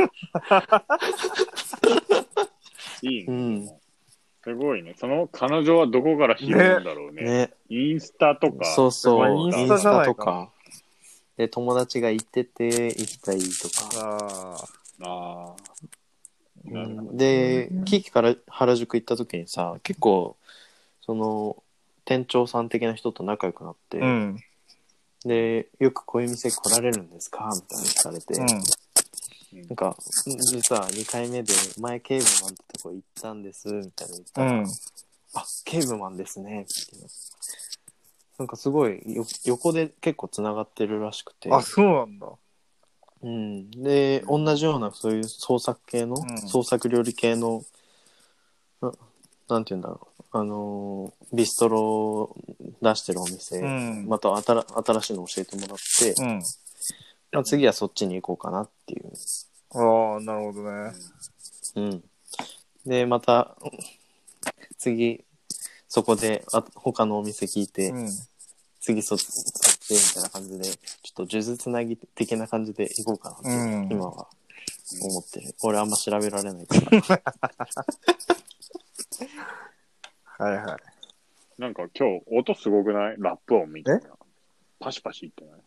[SPEAKER 3] いいね
[SPEAKER 2] うん。
[SPEAKER 3] すごいね。その彼女はどこから拾うんだろうね。
[SPEAKER 2] ね。
[SPEAKER 3] インスタとか。
[SPEAKER 2] そうそう、
[SPEAKER 1] イ
[SPEAKER 2] イ
[SPEAKER 1] ン
[SPEAKER 2] ン
[SPEAKER 1] ス
[SPEAKER 2] ス
[SPEAKER 1] タじゃな
[SPEAKER 2] タ
[SPEAKER 1] いか
[SPEAKER 2] とか。で、友達が行ってて、行きたいとか。
[SPEAKER 1] ああ。
[SPEAKER 3] ああ。
[SPEAKER 2] う
[SPEAKER 3] なるほど
[SPEAKER 2] ん、で、キキから原宿行った時にさ、結構、その、店長さん的な人と仲良くなって、
[SPEAKER 1] うん。
[SPEAKER 2] で、よくこういう店来られるんですかみたいに聞かれて、
[SPEAKER 1] うん。
[SPEAKER 2] なんか、実は2回目で、前、ケーブマンってとこ行ったんです、みたいな言った
[SPEAKER 1] う
[SPEAKER 2] ら、
[SPEAKER 1] ん。
[SPEAKER 2] あ、ケーブマンですね、っていうなんかすごいよ、横で結構つながってるらしくて、
[SPEAKER 1] あ、そうなんだ。
[SPEAKER 2] うん。で、同じような、そういう創作系の、
[SPEAKER 1] うん
[SPEAKER 2] 創作料理系の、ななんて言うんだろう、あのービストロを出してるお店、
[SPEAKER 1] うん。
[SPEAKER 2] また新新しいの教えてもらって、
[SPEAKER 1] うん。
[SPEAKER 2] まあ、次はそっちに行こうかなっていう。
[SPEAKER 1] ああ、なるほどね。
[SPEAKER 2] うん。で、また、次、そこで、あ他のお店聞いて、
[SPEAKER 1] うん。
[SPEAKER 2] 次そっち、そっちみたいな感じで、ちょっと数珠つなぎ的な感じで行こうかなって、
[SPEAKER 1] うん
[SPEAKER 2] 今は思ってる。俺あんま調べられないから。
[SPEAKER 1] はいはい。
[SPEAKER 3] なんか今日音すごくないラップ音みたいな。パシパシってない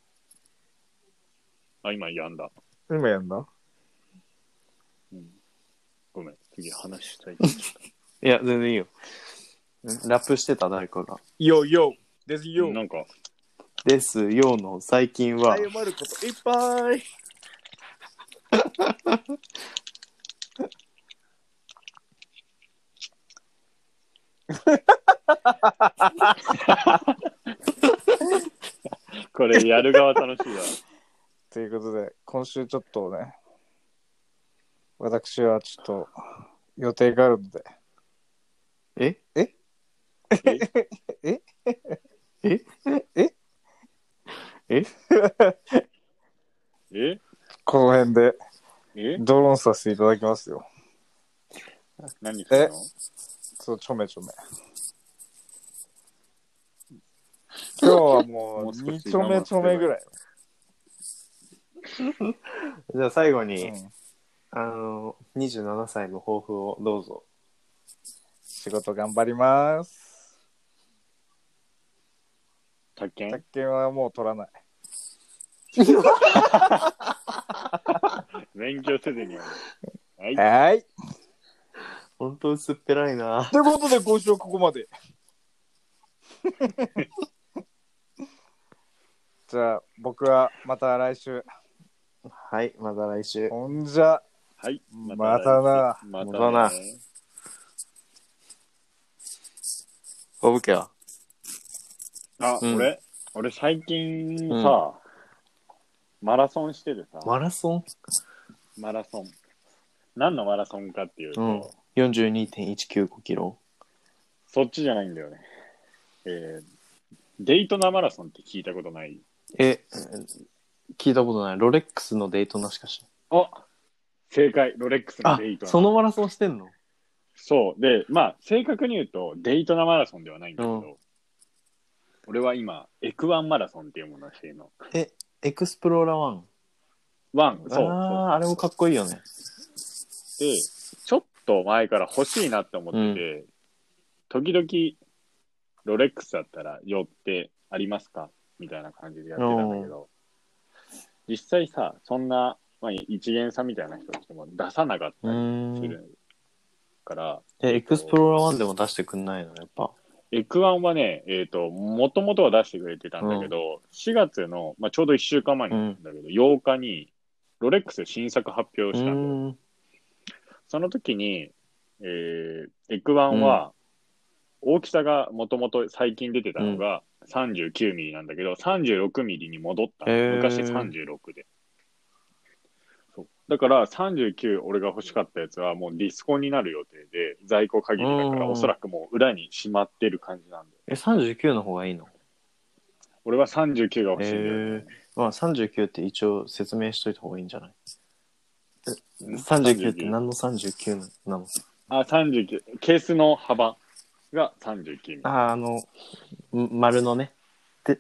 [SPEAKER 3] あ、今やんだ。
[SPEAKER 1] 今やんだ
[SPEAKER 3] うん、ごめん、次話したい。
[SPEAKER 2] いや、全然いいよ。ラップしてた誰かが。
[SPEAKER 1] よよですよ
[SPEAKER 3] なんか、
[SPEAKER 2] ですよの最近は
[SPEAKER 1] 謝、ることいっぱい。
[SPEAKER 3] これやる側楽しいわ。
[SPEAKER 1] ということで、今週ちょっとね、私はちょっと予定があるので、
[SPEAKER 2] え
[SPEAKER 3] え
[SPEAKER 1] この辺で
[SPEAKER 3] え
[SPEAKER 1] ドローンさせていただきますよ。
[SPEAKER 3] 何するの
[SPEAKER 1] そう、ちょめちょめ。今日はも
[SPEAKER 3] も
[SPEAKER 1] う、
[SPEAKER 3] う少し
[SPEAKER 1] 2ちょめちょめぐらい。
[SPEAKER 2] じゃあ最後
[SPEAKER 1] う
[SPEAKER 2] に、
[SPEAKER 1] ん
[SPEAKER 2] あの、27歳の抱負をどうぞ。
[SPEAKER 1] 仕事頑張ります。
[SPEAKER 3] 宅建
[SPEAKER 1] 宅建はもう取らない。
[SPEAKER 3] 勉強せずにやる。はい。
[SPEAKER 1] はい。
[SPEAKER 2] 本当薄っぺらいな。
[SPEAKER 1] ということで、今週はここまで。じゃあ、僕はまた来週
[SPEAKER 2] はい、また来週。
[SPEAKER 1] ほんじゃ。
[SPEAKER 3] はい。
[SPEAKER 1] またな。
[SPEAKER 3] また
[SPEAKER 2] またな
[SPEAKER 3] ね。
[SPEAKER 2] おぶけは
[SPEAKER 3] あ、
[SPEAKER 2] うん
[SPEAKER 3] 俺、俺最近
[SPEAKER 2] うん
[SPEAKER 3] さ、マラソンしててさ、
[SPEAKER 2] マラソン
[SPEAKER 3] マラソン。何のマラソンかっていうと、
[SPEAKER 2] うん。42.195キロ。
[SPEAKER 3] そっちじゃないんだよね。えー、デイトナマラソンって聞いたことない
[SPEAKER 2] え、うん聞いたことない。ロレックスのデートなしかし
[SPEAKER 3] あ正解、ロレックスの
[SPEAKER 2] あ
[SPEAKER 3] デイト、ナ。
[SPEAKER 2] そのマラソンしてんの
[SPEAKER 3] そう。で、まあ、正確に言うと、デイトナマラソンではないんだけど、
[SPEAKER 2] うん
[SPEAKER 3] 俺は今、エクワンマラソンっていうものをしてるの。
[SPEAKER 2] え、エクスプローラー1。
[SPEAKER 3] ワン、そう
[SPEAKER 2] ああー、あれもかっこいいよね。
[SPEAKER 3] そう。で、ちょっと前から欲しいなって思ってて、時々、ロレックスだったら寄ってありますかみたいな感じでやってたんだけど、実際さ、そんな、まあ、一元さんみたいな人たちも出さなかっ
[SPEAKER 2] う
[SPEAKER 3] たりす
[SPEAKER 2] ーん。
[SPEAKER 3] るから、
[SPEAKER 2] え、エクスプローラー1でも出してくんないのやっぱ。
[SPEAKER 3] エクワンはね、えっ、と、もともとは出してくれてたんだけど、4月の、まあ、ちょうど1週間前なんだけど、8日に、ロレックス新作発
[SPEAKER 2] う
[SPEAKER 3] 表したんだよ。
[SPEAKER 2] ーん。
[SPEAKER 3] その時に、えー、エクワンは、大きさがもともと最近出てたのが39ミリなんだけど、36ミリに戻ったの。
[SPEAKER 2] へー
[SPEAKER 3] 昔36で。そうだから39俺が欲しかったやつはもうディスコになる予定で、在庫限りだから
[SPEAKER 2] うん
[SPEAKER 3] おそらくもう裏にしまってる感じなんだよ。
[SPEAKER 2] え、39の方がいいの
[SPEAKER 3] 俺は39が欲しいんだよ
[SPEAKER 2] え
[SPEAKER 3] ね、
[SPEAKER 2] えまあ39って一応説明しといた方がいいんじゃないえ ?39 って何の39なの
[SPEAKER 3] あ、39。ケースの幅が39ミリ。
[SPEAKER 2] ああ、あの、ん丸のね、で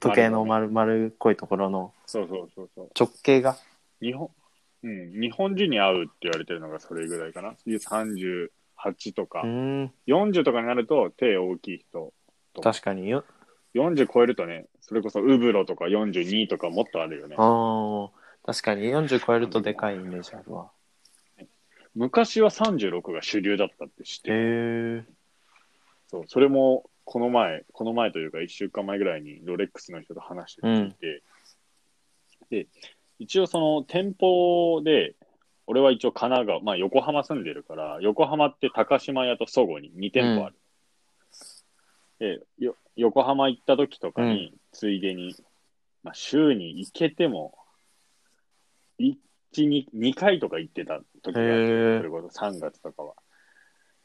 [SPEAKER 2] 時計の丸、丸っこいところの
[SPEAKER 3] そうそうそうそう。
[SPEAKER 2] 直径が。
[SPEAKER 3] 日本、うん、日本人に合うって言われてるのがそれぐらいかな。38とか
[SPEAKER 2] う、ーん、
[SPEAKER 3] 40とかになると手大きい人。
[SPEAKER 2] 確かによ。
[SPEAKER 3] 40超えるとね、それこそウブロとか42とかもっとあるよね。
[SPEAKER 2] ああ、確かに40超えるとでかいイメージあるわ。
[SPEAKER 3] 昔は36が主流だったって知って
[SPEAKER 2] へえ
[SPEAKER 3] る。そう、それも、この前、この前というか、1週間前ぐらいにロレックスの人と話してて、で、一応その店舗で、俺は一応神奈川、まあ横浜住んでるから、横浜って高島屋とそごに2店舗ある。でよ、横浜行った時とかに、ついでに、まあ週に行けても、1、2、2回とか行ってた時があってそれこそ3月とかは。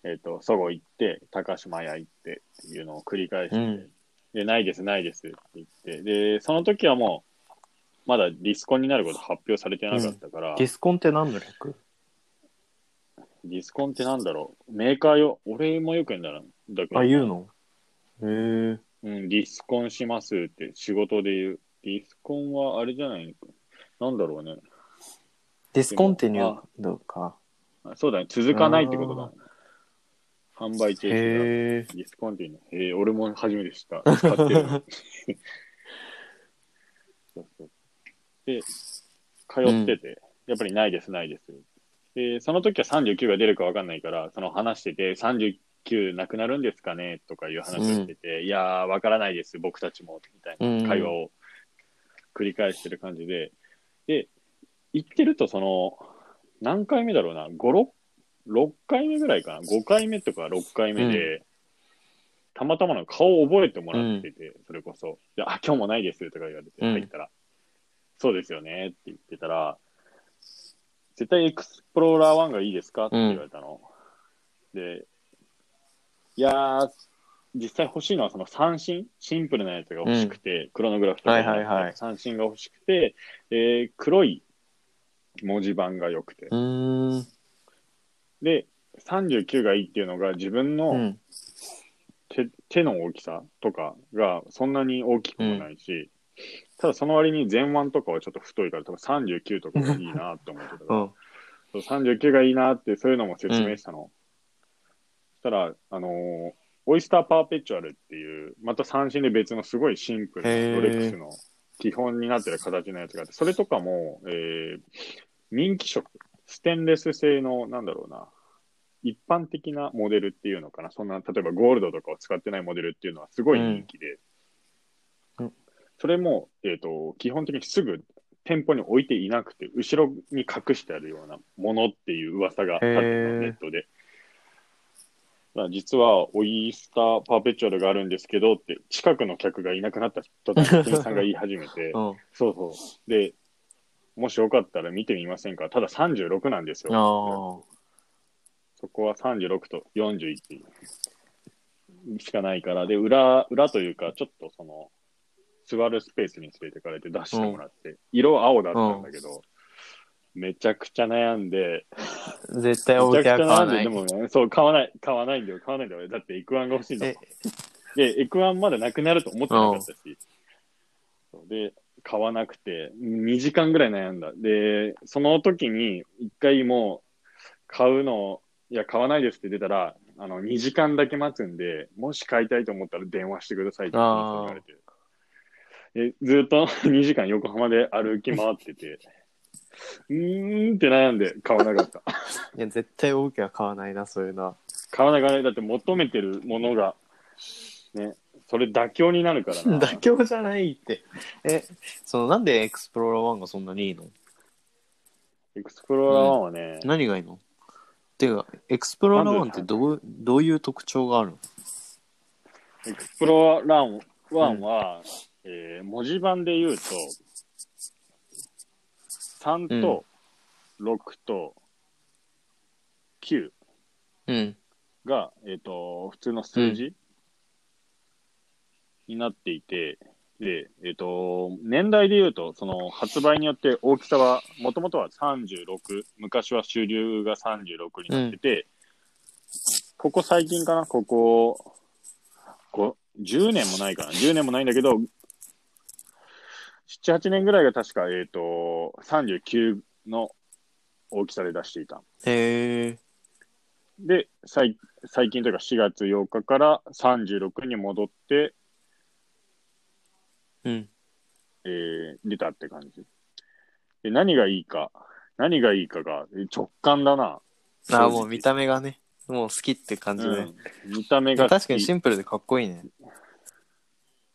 [SPEAKER 3] えっ、と、そご行って、高島屋行ってっていうのを繰り返して、
[SPEAKER 2] うん
[SPEAKER 3] で、ないです、ないですって言って、で、その時はもう、まだディスコンになること発表されてなかったから、
[SPEAKER 2] ディスコンって何の略
[SPEAKER 3] ディスコンってなんだろう、メーカーよ、俺もよく言うんだろうだけど、
[SPEAKER 2] あ、言うのへえ
[SPEAKER 3] うん、ディスコンしますって仕事で言う。ディスコンはあれじゃないなんだろうね。
[SPEAKER 2] ディスコンティニューのか。
[SPEAKER 3] あそうだね、続かないってことだ、ね。販売停止だ。
[SPEAKER 2] へえ
[SPEAKER 3] ディスコンティニュー。えー、俺も初めて知った。使ってる。そうそうで、通ってて、やっぱりないです、ないです。で、その時は39が出るか分かんないから、その話してて、39なくなるんですかねとかいう話をしてて、いやー、分からないです、僕たちも、みたいな会話を繰り返してる感じで、で、行ってると、その、何回目だろうな、5、6 6回目ぐらいかな、5回目とか6回目で、たまたまの顔を覚えてもらってて、それこそ、であ、今日もないですとか言われて、
[SPEAKER 2] うん
[SPEAKER 3] 入ったら、そうですよねって言ってたら、絶対エクスプローラー1がいいですかって言われたの。で、いやー、実際欲しいのはその三振、シンプルなやつが欲しくて、クロノグラフとかじゃなくて、
[SPEAKER 2] はいはいはい
[SPEAKER 3] 三振が欲しくて、えー黒い文字盤が良くて
[SPEAKER 2] う、ーん。
[SPEAKER 3] で、39がいいっていうのが自分
[SPEAKER 2] う
[SPEAKER 3] の
[SPEAKER 2] ん。
[SPEAKER 3] 手,、手の大きさとかがそんなに大きくもないし、ただその割に前腕とかはちょっと太いから、多分39とかがいいなって思ってたから
[SPEAKER 2] うん。
[SPEAKER 3] そう39がいいなってそういうのも説明したの。そしたら、あのーオイスターパーペチュアルっていう、また三振で別のすごいシンプルな
[SPEAKER 2] へー
[SPEAKER 3] ロレックスの基本になってる形のやつがあって、それとかも、えー、人気色、ステンレス製の、なんだろうな、一般的なモデルっていうのかな、そんな、例えばゴールドとかを使ってないモデルっていうのはすごい人気で、
[SPEAKER 2] うんうん
[SPEAKER 3] それも、えっ、と、基本的にすぐ店舗に置いていなくて、後ろに隠してあるようなものっていう噂が立ってた
[SPEAKER 2] へー、
[SPEAKER 3] ネットで。まあ実は、オイスターパーペチュアルがあるんですけどって、近くの客がいなくなった人たち、店員さんが言い始めて
[SPEAKER 2] うん。
[SPEAKER 3] そうそう。で、もしよかったら見てみませんかただ36なんですよ。
[SPEAKER 2] あ
[SPEAKER 3] そこは36と41っていうしかないから、で、裏、裏というか、ちょっとその、座るスペースに連れてかれて出してもらって、色青だったんだけど、めちゃくちゃ悩んで、
[SPEAKER 2] あ。絶対
[SPEAKER 3] め
[SPEAKER 2] 大
[SPEAKER 3] ち
[SPEAKER 2] 手
[SPEAKER 3] ゃ
[SPEAKER 2] は
[SPEAKER 3] く
[SPEAKER 2] 買
[SPEAKER 3] ちゃ
[SPEAKER 2] わ
[SPEAKER 3] 悩ん
[SPEAKER 2] な
[SPEAKER 3] で、で
[SPEAKER 2] い。
[SPEAKER 3] もね、そう、買わない、買わないんだよ、買わないんだよ。だって、エクワンが欲しいんだもん
[SPEAKER 2] え、
[SPEAKER 3] で、エクワンまでなくなると思ってなかったし、そうで、買わなくて、2時間ぐらい悩んだ。で、その時に、一回もう、買うの、いや、買わないですって出たら、あの、2時間だけ待つんで、もし買いたいと思ったら電話してくださいって言われて。でずっと 2時間横浜で歩き回ってて、うーんって悩んで買わなかった。
[SPEAKER 2] いや、絶対大手は買わないな、そういうのは。
[SPEAKER 3] 買わない買わない。だって求めてるものが、ね、それ妥協になるから な。
[SPEAKER 2] 妥協じゃないって。え、その、なんでエクスプローラー1がそんなにいいの
[SPEAKER 3] エクスプローラー1はね、
[SPEAKER 2] 何がいいのていうか、エクスプローラー1ってどう、どういう特徴があるの
[SPEAKER 3] エクスプローラー1は、えー文字盤で言うと、3と6と9
[SPEAKER 2] うん。
[SPEAKER 3] が、えっ、と、普通の数字、になっていて、で、えっ、と、年代で言うと、その発売によって大きさは、もともとは36、昔は主流が36になってて、ここ最近かな、ここ、こ10年もないかな、10年もないんだけど、7、8年ぐらいが確か、えっ、と、39の大きさで出していた。
[SPEAKER 2] へえ。
[SPEAKER 3] で、最最近というか4月8日から36に戻って、
[SPEAKER 2] うん。
[SPEAKER 3] えー出たって感じ。で、何がいいか、何がいいかがえー直感だな。
[SPEAKER 2] あ
[SPEAKER 3] 正
[SPEAKER 2] あ、
[SPEAKER 3] 直
[SPEAKER 2] もう見た目がね、もう好きって感じで。
[SPEAKER 3] うん、見た目
[SPEAKER 2] でも
[SPEAKER 3] が
[SPEAKER 2] 確かに
[SPEAKER 3] いい
[SPEAKER 2] シンプルでかっこいいね。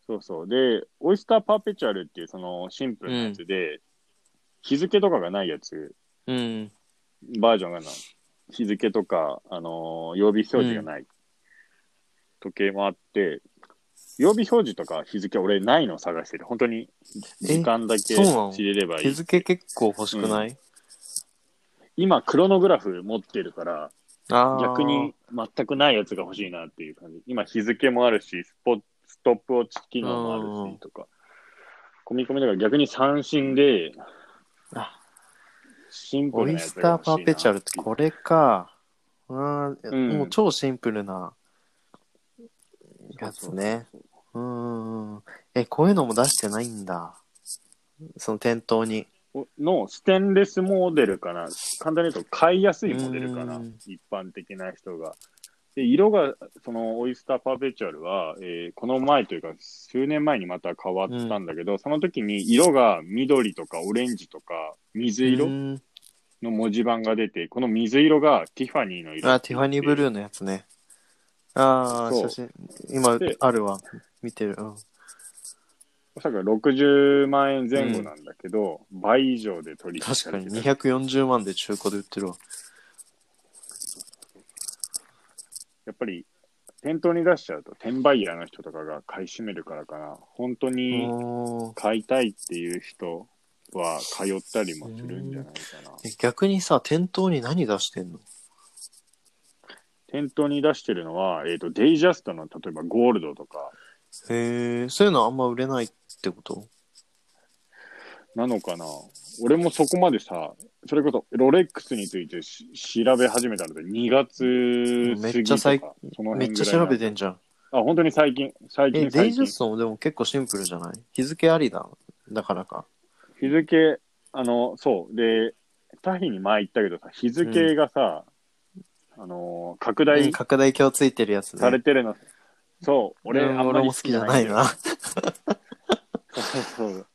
[SPEAKER 3] そうそう。で、オイスターパーペチュアルっていうそのシンプルなやつで、日付とかがないやつ、
[SPEAKER 2] うん。
[SPEAKER 3] バージョンがない。日付とか、あのー曜日表示がない。時計もあって、曜日表示とか日付俺ないの探してて、本当に時間だけ
[SPEAKER 2] そうなの
[SPEAKER 3] 知れればい
[SPEAKER 2] 日
[SPEAKER 3] い。
[SPEAKER 2] 付結構欲しくない、
[SPEAKER 3] 今、クロノグラフ持ってるから、
[SPEAKER 2] ああ。
[SPEAKER 3] 逆に。全くないやつが欲しいなっていう感じ。今、日付もあるし、スポストップウォッチ機能もある
[SPEAKER 2] うん
[SPEAKER 3] しとか、込み込みだから逆に三振で
[SPEAKER 2] あ、
[SPEAKER 3] シンプ
[SPEAKER 2] オ
[SPEAKER 3] ル
[SPEAKER 2] イ
[SPEAKER 3] なやつ
[SPEAKER 2] ス
[SPEAKER 3] が
[SPEAKER 2] ター
[SPEAKER 3] 欲しい
[SPEAKER 2] パ
[SPEAKER 3] な
[SPEAKER 2] ーペチュアルってこれか。うーん、
[SPEAKER 3] うん
[SPEAKER 2] もう超シンプルなやつね。うーん。え、こういうのも出してないんだ。その店頭に。
[SPEAKER 3] のステンレスモデルかな。簡単に言うと買いやすいモデルかな
[SPEAKER 2] うん。
[SPEAKER 3] 一般的な人が。で、色が、そのオイスターパーペチュアルは、えーこの前というか、数年前にまた変わったんだけど、その時に色が緑とかオレンジとか水色
[SPEAKER 2] うーん
[SPEAKER 3] の文字盤が出て、この水色がティファニーの色。
[SPEAKER 2] あ、ティファニーブルーのやつね。ああ、
[SPEAKER 3] そ
[SPEAKER 2] 写
[SPEAKER 3] う
[SPEAKER 2] 真、今
[SPEAKER 3] で
[SPEAKER 2] あるわ。見てる。うん。
[SPEAKER 3] おそらく60万円前後なんだけど、倍以上で取り引き
[SPEAKER 2] 確
[SPEAKER 3] さ
[SPEAKER 2] か
[SPEAKER 3] れ
[SPEAKER 2] に
[SPEAKER 3] てた
[SPEAKER 2] 240万で中古で売ってるわ。
[SPEAKER 3] やっぱり、店頭に出しちゃうと、転売ヤーの人とかが買い占めるからかな。本当
[SPEAKER 2] う
[SPEAKER 3] に
[SPEAKER 2] ーん
[SPEAKER 3] 買いたいっていう人は通ったりもするんじゃないかな。
[SPEAKER 2] え逆にさ、店頭に何出してんの
[SPEAKER 3] 店頭に出してるのは、えっ、と、デイジャストの例えばゴールドとか
[SPEAKER 2] へえ、そういうのあんま売れないってこと
[SPEAKER 3] なのかな。俺もそこまでさ、それこそロレックスについてし調べ始めたので、2月過
[SPEAKER 2] めっ
[SPEAKER 3] ぎ
[SPEAKER 2] ちゃ
[SPEAKER 3] とか
[SPEAKER 2] 最
[SPEAKER 3] その辺ぐらいな
[SPEAKER 2] めっちゃ調べてんじゃん。
[SPEAKER 3] あ、本当に最近、最
[SPEAKER 2] え、
[SPEAKER 3] 近、
[SPEAKER 2] デ
[SPEAKER 3] 最
[SPEAKER 2] イジ
[SPEAKER 3] 近
[SPEAKER 2] ャ。ストもでも結構シンプルじゃない日付ありだ。だからか。
[SPEAKER 3] 日付、あの、そう。で、タヒに前言ったけどさ、日付がさ、あの、拡
[SPEAKER 2] うん
[SPEAKER 3] 大
[SPEAKER 2] 拡大鏡ついてるやつね。
[SPEAKER 3] されてるの。そう、俺、
[SPEAKER 2] うん
[SPEAKER 3] あんま
[SPEAKER 2] 俺
[SPEAKER 3] り
[SPEAKER 2] も好きじゃない
[SPEAKER 3] よ
[SPEAKER 2] な。
[SPEAKER 3] そうそうそう。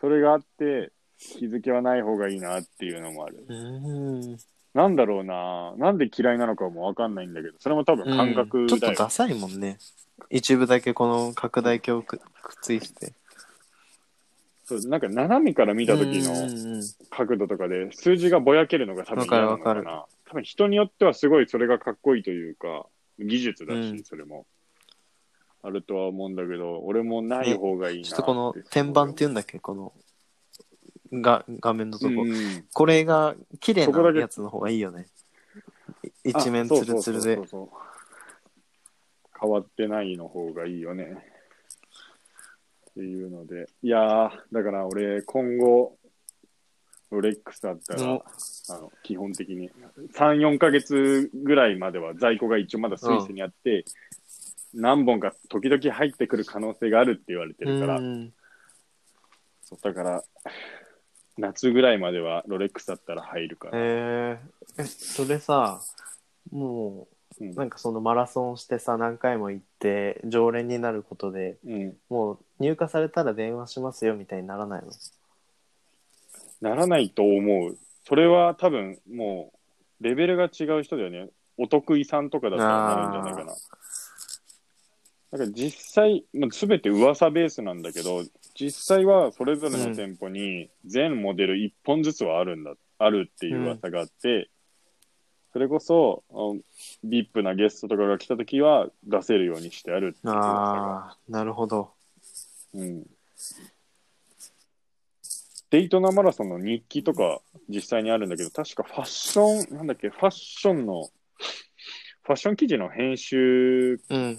[SPEAKER 3] それがあって、日付はない方がいいなっていうのもある。
[SPEAKER 2] うーん。
[SPEAKER 3] なんだろうななんで嫌いなのかもわかんないんだけど、それも多分感覚
[SPEAKER 2] うんちょっ
[SPEAKER 3] だ
[SPEAKER 2] と
[SPEAKER 3] よ。
[SPEAKER 2] ダサいもんね。一部だけこの拡大鏡くくっついてて。
[SPEAKER 3] そうなんか斜めから見た時
[SPEAKER 2] うん
[SPEAKER 3] の
[SPEAKER 2] うんうん
[SPEAKER 3] 角度とかで数字がぼやけるのが多分
[SPEAKER 2] わかる
[SPEAKER 3] 嫌なの
[SPEAKER 2] わか
[SPEAKER 3] な多分人によってはすごいそれがかっこいいというか技術だし、
[SPEAKER 2] うん
[SPEAKER 3] それもあるとは思うんだけど俺もない方がいいな
[SPEAKER 2] ちょっとこの天板っていうんだっけこのが画面のとこ、
[SPEAKER 3] うん
[SPEAKER 2] これが綺麗
[SPEAKER 3] そこだ
[SPEAKER 2] な
[SPEAKER 3] け
[SPEAKER 2] やつの方がいいよねい
[SPEAKER 3] あ
[SPEAKER 2] 一面ツルツルで
[SPEAKER 3] そうそうそうそう変わってないの方がいいよねっていうのでいやーだから俺今後ロレックスだったら、
[SPEAKER 2] うん
[SPEAKER 3] あの基本的に34ヶ月ぐらいまでは在庫が一応まだスイスにあって、何本か時々入ってくる可能性があるって言われてるから、
[SPEAKER 2] うん
[SPEAKER 3] そうだから夏ぐらいまではロレックスだったら入るから、
[SPEAKER 2] えーえそれさも
[SPEAKER 3] うん
[SPEAKER 2] うなんかそのマラソンしてさ何回も行って常連になることで
[SPEAKER 3] うん、
[SPEAKER 2] もう入荷されたら電話しますよみたいにならないの
[SPEAKER 3] ならないと思う。それは多分もう、レベルが違う人だよね。お得意さんとかだったらなるんじゃないかな。なんか実際、まあ、全て噂ベースなんだけど、実際はそれぞれの店舗に全モデル1本ずつはあるんだ、あるっていう噂があって、それこそ、あ VIP なゲストとかが来た時は出せるようにしてあるっていう噂が
[SPEAKER 2] ああなるほど
[SPEAKER 3] うんデイトナマラソンの日記とか実際にあるんだけど、確かファッション、なんだっけ、ファッションの、ファッション記事の編集
[SPEAKER 2] うん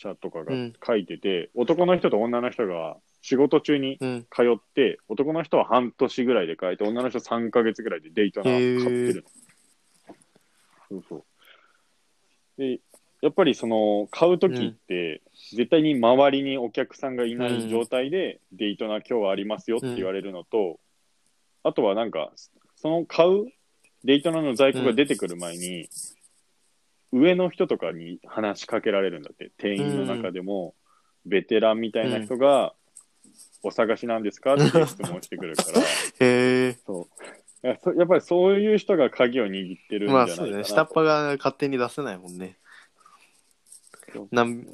[SPEAKER 3] 者とかが
[SPEAKER 2] うん
[SPEAKER 3] 書いてて、男の人と女の人が仕事中に
[SPEAKER 2] うん
[SPEAKER 3] 通って、男の人は半年ぐらいで書いて、女の人3ヶ月ぐらいでデイトナ買ってるの。そうそう。で、やっぱりその、買うときって、絶対に周りにお客さんがいない状態で、デイトナ今日はありますよって言われるのと、あとはなんか、その買うデイトナの在庫が出てくる前に、上の人とかに話しかけられるんだって、店員の中でも、ベテランみたいな人が、お探しなんですかっていう質問してく るから、
[SPEAKER 2] へえ
[SPEAKER 3] そういやそやっぱりそういう人が鍵を握ってるんじゃ
[SPEAKER 2] ま
[SPEAKER 3] ない
[SPEAKER 2] あ
[SPEAKER 3] かなと、
[SPEAKER 2] そうだね下っ端が勝手に出せないもんねなん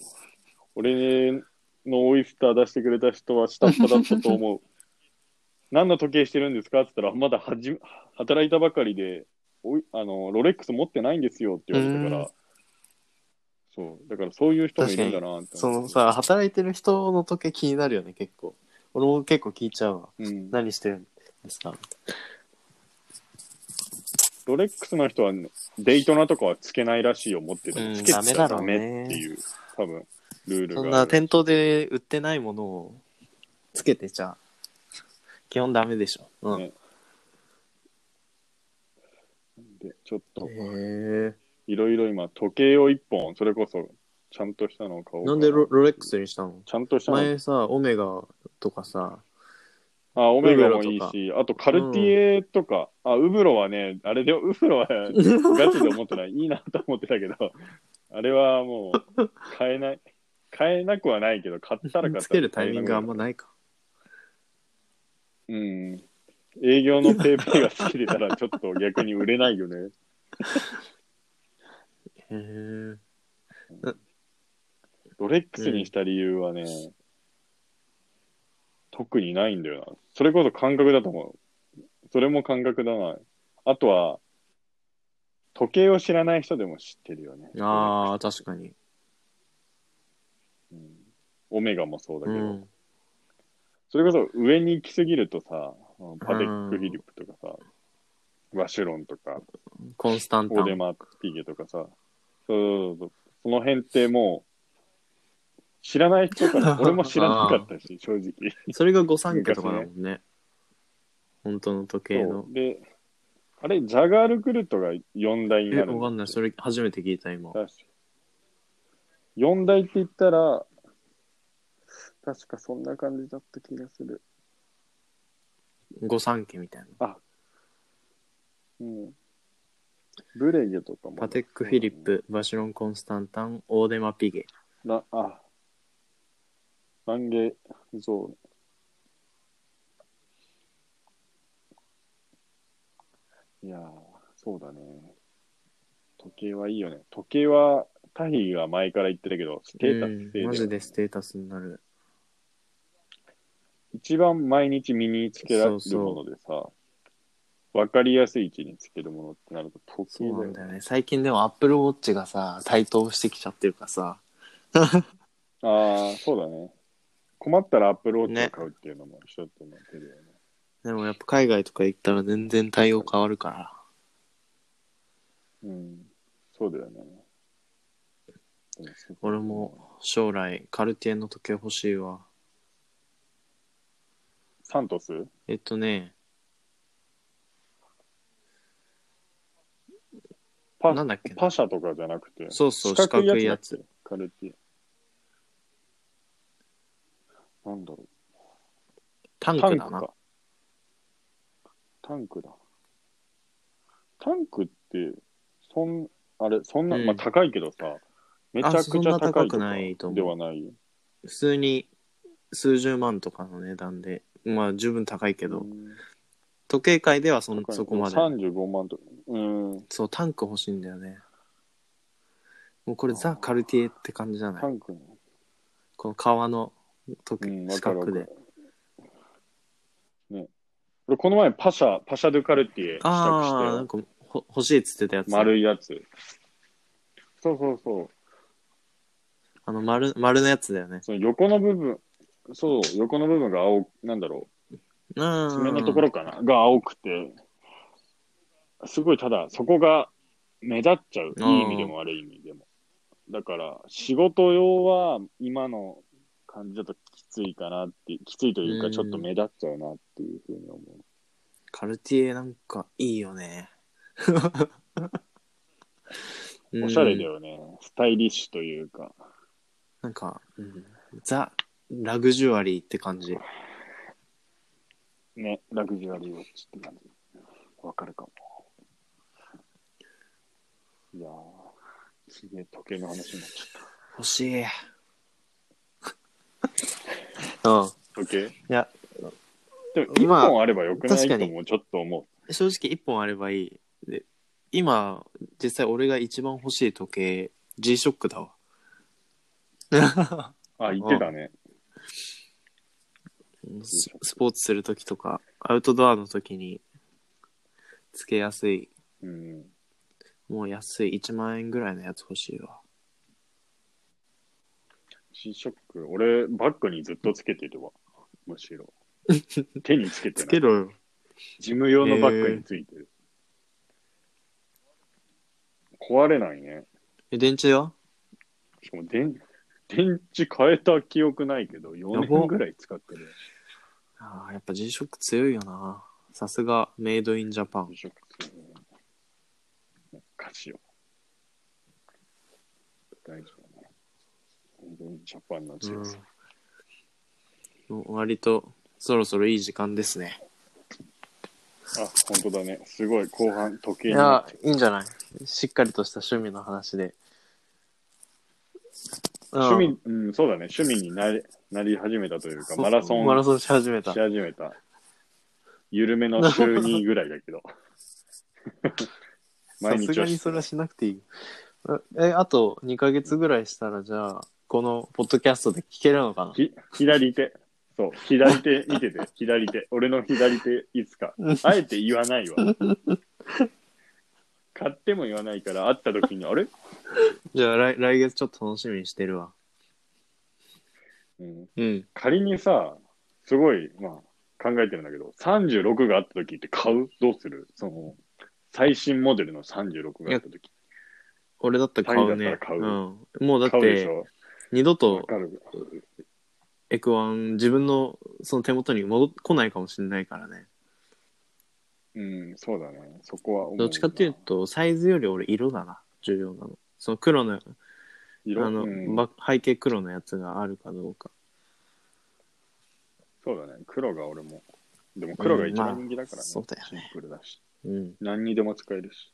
[SPEAKER 3] 俺のオイスター出してくれた人は下っ端だったと思う。 何の時計してるんですかって言ったら、まだはじ働いたばかりでおいあの、ロレックス持ってないんですよって言われたか
[SPEAKER 2] う
[SPEAKER 3] ら、そう、だからそういう人もいるんだなって
[SPEAKER 2] そ
[SPEAKER 3] 思
[SPEAKER 2] の
[SPEAKER 3] う。
[SPEAKER 2] さ働いてる人の時計気になるよね結構俺も結構聞いちゃうわ
[SPEAKER 3] うん、
[SPEAKER 2] 何してるんですか
[SPEAKER 3] ロレックスの人はデイトナとかはつけないらしいよ、持ってて
[SPEAKER 2] う
[SPEAKER 3] も。
[SPEAKER 2] ん
[SPEAKER 3] つけてたらダ
[SPEAKER 2] ダメだろうね
[SPEAKER 3] メっていう、多分、ルールが
[SPEAKER 2] そ
[SPEAKER 3] ある。
[SPEAKER 2] んな店頭で売ってないものをつけてちゃ基本ダメでしょうん、
[SPEAKER 3] ねでちょっと、
[SPEAKER 2] へえ
[SPEAKER 3] いろいろ今、時計を一本、それこそ、ちゃんとしたのを買おうか
[SPEAKER 2] なんでロロレックスにしたの
[SPEAKER 3] ちゃんとしたの。
[SPEAKER 2] 前さオメガとかさ
[SPEAKER 3] あ、オメガも
[SPEAKER 2] ウ
[SPEAKER 3] い
[SPEAKER 2] ブ
[SPEAKER 3] い
[SPEAKER 2] ロとか
[SPEAKER 3] し、あとカルティエとか、あ、ウブロはね、あれで、ウブ ロはガチで思ってない。いいなと思ってたけど、あれはもう、買えない。買えなくはないけど、買ったら買ったら。
[SPEAKER 2] つけるタイミングあんまないか
[SPEAKER 3] うん。営業のペーペーが好きでたら、ちょっと逆に売れない よね。
[SPEAKER 2] へえ
[SPEAKER 3] ロレックスにした理由はね、特にないんだよな。それこそ感覚だと思う。それも感覚だな。あとは、時計を知らない人でも知ってるよね。
[SPEAKER 2] ああ確かに
[SPEAKER 3] うんオメガもそうだ
[SPEAKER 2] う
[SPEAKER 3] けど、
[SPEAKER 2] ん
[SPEAKER 3] それこそ上に行きすぎるとさ、パテック・フィリップとかさ、ワシュロンとか、
[SPEAKER 2] コンスタン
[SPEAKER 3] オ
[SPEAKER 2] タ
[SPEAKER 3] ーデ
[SPEAKER 2] ン
[SPEAKER 3] マーピゲとかさ、そうそうそうその辺ってもう、知らない人から、俺も知らなかったし、正直。
[SPEAKER 2] それが御三家とかだもんね本当の時計の
[SPEAKER 3] そうで、あれ、ジャガール・クルトが4台に
[SPEAKER 2] え
[SPEAKER 3] なる
[SPEAKER 2] わかんないそれ初めて聞いた今
[SPEAKER 3] 確か4台って言ったら、確かそんな感じだった気がする。
[SPEAKER 2] 御三家みたいな
[SPEAKER 3] うん。ブレゲとかも。
[SPEAKER 2] パテック・フィリップ、バシロン・コンスタンタン、オーデマ・ピゲ。
[SPEAKER 3] な、あ、ランゲゾール。いやー、そうだね。時計はいいよね。時計は、タヒが前から言ってたけど、ステータス制
[SPEAKER 2] うんマジ
[SPEAKER 3] で。
[SPEAKER 2] でステータスになる。
[SPEAKER 3] 一番毎日身につけられ
[SPEAKER 2] そう
[SPEAKER 3] る
[SPEAKER 2] そう
[SPEAKER 3] ものでさ、わかりやすい位置につけるものってなると時計
[SPEAKER 2] そ
[SPEAKER 3] だ
[SPEAKER 2] う
[SPEAKER 3] よ
[SPEAKER 2] なん
[SPEAKER 3] ね。
[SPEAKER 2] だよね。最近でも Apple Watch がさ、台頭してきちゃってるからさ。
[SPEAKER 3] ああ、そうだね。困ったらアップローチ
[SPEAKER 2] ね
[SPEAKER 3] を買うっていうのも一緒となってるよね。
[SPEAKER 2] でもやっぱ海外とか行ったら全然対応変わるから。
[SPEAKER 3] うん。そうだよね。でもすごい
[SPEAKER 2] 俺も。将来カルティエの時計欲しいわ。
[SPEAKER 3] サントス
[SPEAKER 2] えっとね、
[SPEAKER 3] パ
[SPEAKER 2] なんだっけな
[SPEAKER 3] パシャとかじゃなくて。
[SPEAKER 2] そうそう、
[SPEAKER 3] 四
[SPEAKER 2] 四
[SPEAKER 3] 角
[SPEAKER 2] 角
[SPEAKER 3] い
[SPEAKER 2] い
[SPEAKER 3] や
[SPEAKER 2] や
[SPEAKER 3] つ
[SPEAKER 2] つ。
[SPEAKER 3] カルティエ。なんだろう。
[SPEAKER 2] タン
[SPEAKER 3] タ
[SPEAKER 2] ク
[SPEAKER 3] ン
[SPEAKER 2] だ
[SPEAKER 3] ク
[SPEAKER 2] な
[SPEAKER 3] か。。タンクだ。タンクって、そん、あれ、そんな、
[SPEAKER 2] うん
[SPEAKER 3] まあ高いけどさ、めちゃくち
[SPEAKER 2] そん
[SPEAKER 3] ゃ
[SPEAKER 2] な
[SPEAKER 3] 高い
[SPEAKER 2] 高くないと思う
[SPEAKER 3] ではないよ。
[SPEAKER 2] 普通に数十万とかの値段で、まあ十分高いけど、
[SPEAKER 3] うん
[SPEAKER 2] 時計界ではそん
[SPEAKER 3] 高い
[SPEAKER 2] そこまで。
[SPEAKER 3] 35万と。うん、
[SPEAKER 2] そう、タンク欲しいんだよね。もうこれ
[SPEAKER 3] あ
[SPEAKER 2] ザ・
[SPEAKER 3] ー
[SPEAKER 2] カルティエって感じじゃな
[SPEAKER 3] タ
[SPEAKER 2] い
[SPEAKER 3] ンクね。
[SPEAKER 2] この革の
[SPEAKER 3] う
[SPEAKER 2] 時
[SPEAKER 3] ん、
[SPEAKER 2] 計、四
[SPEAKER 3] わかるわ
[SPEAKER 2] 角
[SPEAKER 3] か
[SPEAKER 2] で
[SPEAKER 3] る。。ね。俺、この前、パシャ、パシャ・ドゥ・カルティエ試着
[SPEAKER 2] ああ、な
[SPEAKER 3] し
[SPEAKER 2] ん
[SPEAKER 3] て、
[SPEAKER 2] かほ欲しいっつってたやつ。
[SPEAKER 3] 丸いやつ。そうそうそう。
[SPEAKER 2] あの丸、丸のやつだよね。
[SPEAKER 3] その横の部分、そう、横の部分が青、なんだろう。
[SPEAKER 2] うん。
[SPEAKER 3] 爪のところかな、が青くて、すごいただ、そこが目立っちゃう。
[SPEAKER 2] あー
[SPEAKER 3] いい意味でも悪い意味でも。だから、仕事用は今の感じだときついかなって、きついという
[SPEAKER 2] う
[SPEAKER 3] か、
[SPEAKER 2] ん
[SPEAKER 3] ちょっと目立っちゃうなっていうふうに思う。
[SPEAKER 2] カルティエなんかいいよね。
[SPEAKER 3] おしゃれだ
[SPEAKER 2] よ。
[SPEAKER 3] よね。スタイリッシュというか。
[SPEAKER 2] なんか、うんザ・ラグジュアリーって感じ。
[SPEAKER 3] ね、ラグジュアリーウォッチって感じ。わかるかも。いやー、すげえ時計の話になっちゃっ
[SPEAKER 2] 欲し い。うん。
[SPEAKER 3] た。時計
[SPEAKER 2] いや、
[SPEAKER 3] でも、一
[SPEAKER 2] まあ
[SPEAKER 3] 本あればよくない
[SPEAKER 2] 確かに
[SPEAKER 3] ともちょっと思う。
[SPEAKER 2] 正直一本あればいい。で、今、実際俺が一番欲しい時計、G-SHOCK だわ。
[SPEAKER 3] あ、言ってたね。
[SPEAKER 2] ススポーツするときとか、アウトドアのときに、つけやすい、
[SPEAKER 3] うん。
[SPEAKER 2] もう安い、1万円ぐらいのやつ欲しいわ。
[SPEAKER 3] シーショック、俺、バッグにずっとつけてるわ。むし ろ。手につけ
[SPEAKER 2] つ
[SPEAKER 3] てない
[SPEAKER 2] け。ろよ。
[SPEAKER 3] 事務用のバッグについてる。壊れないね。
[SPEAKER 2] え、電池は
[SPEAKER 3] しかも電、電池変えた記憶ないけど、4年ぐらい使ってる。
[SPEAKER 2] ああ、やっぱ G-SHOCK 強いよな。さすが、メイドインジャパン
[SPEAKER 3] シ。ーショックするね。カシオ。大丈夫ね。本当にジャパンの強さ。
[SPEAKER 2] うん。割と、そろそろいい時間ですね。
[SPEAKER 3] あ、本当だね。すごい、後半、時計
[SPEAKER 2] い
[SPEAKER 3] にな
[SPEAKER 2] や
[SPEAKER 3] ってる、
[SPEAKER 2] いいんじゃないしっかりとした趣味の話で。
[SPEAKER 3] 趣味、うん、そうだね。趣味になりなり始めたというか、
[SPEAKER 2] うん
[SPEAKER 3] マラソン
[SPEAKER 2] マラソンし始めた
[SPEAKER 3] し。始めた。緩めの週2ぐらいだけど。
[SPEAKER 2] さ
[SPEAKER 3] 毎
[SPEAKER 2] す
[SPEAKER 3] 日
[SPEAKER 2] が
[SPEAKER 3] は
[SPEAKER 2] にそれはしなくていい。え、あと2ヶ月ぐらいしたら、じゃあ、このポッドキャストで聞けるのか
[SPEAKER 3] ひ左手。そう、左手見 てて、左手。俺の左手、いつか。あえて言わな いわ。買っても言わないから、会った時に、あれ、
[SPEAKER 2] なじゃあ来、来月ちょっと楽しみにしてるわ。
[SPEAKER 3] うん、
[SPEAKER 2] うん。
[SPEAKER 3] 仮にさ、すごい、まあ、考えてるんだけど、36があった時って買うどうするその、最新モデルの36があった時。
[SPEAKER 2] 俺だったら買う
[SPEAKER 3] タイだっ
[SPEAKER 2] ね。。
[SPEAKER 3] たら買うん
[SPEAKER 2] もうだっ、
[SPEAKER 3] 買うでしてょ
[SPEAKER 2] 二度
[SPEAKER 3] わ
[SPEAKER 2] と
[SPEAKER 3] かる。
[SPEAKER 2] エクワン自分のその手元に戻ってこないかもしれないからね。
[SPEAKER 3] うん、そうだね。そこは思うな
[SPEAKER 2] どっちかっていうと、サイズより俺色だな。重要なの。その黒の、あ
[SPEAKER 3] 色
[SPEAKER 2] の、
[SPEAKER 3] うん
[SPEAKER 2] ば背景黒のやつがあるかどうか。
[SPEAKER 3] そうだね。黒が俺も。でも黒が一番人気だからね。
[SPEAKER 2] まあそうだよね
[SPEAKER 3] シンプルだし。
[SPEAKER 2] うん。
[SPEAKER 3] 何にでも使えるし。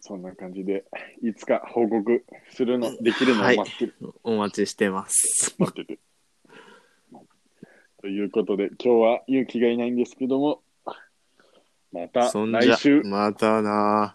[SPEAKER 3] そんな感じで、いつか報告するの、できるのを
[SPEAKER 2] はい
[SPEAKER 3] 待ってる、
[SPEAKER 2] お待ちしてます。
[SPEAKER 3] 待ってて。ということで、今日は勇気がいないんですけども、また
[SPEAKER 2] そんじゃ
[SPEAKER 3] 来週。
[SPEAKER 2] またな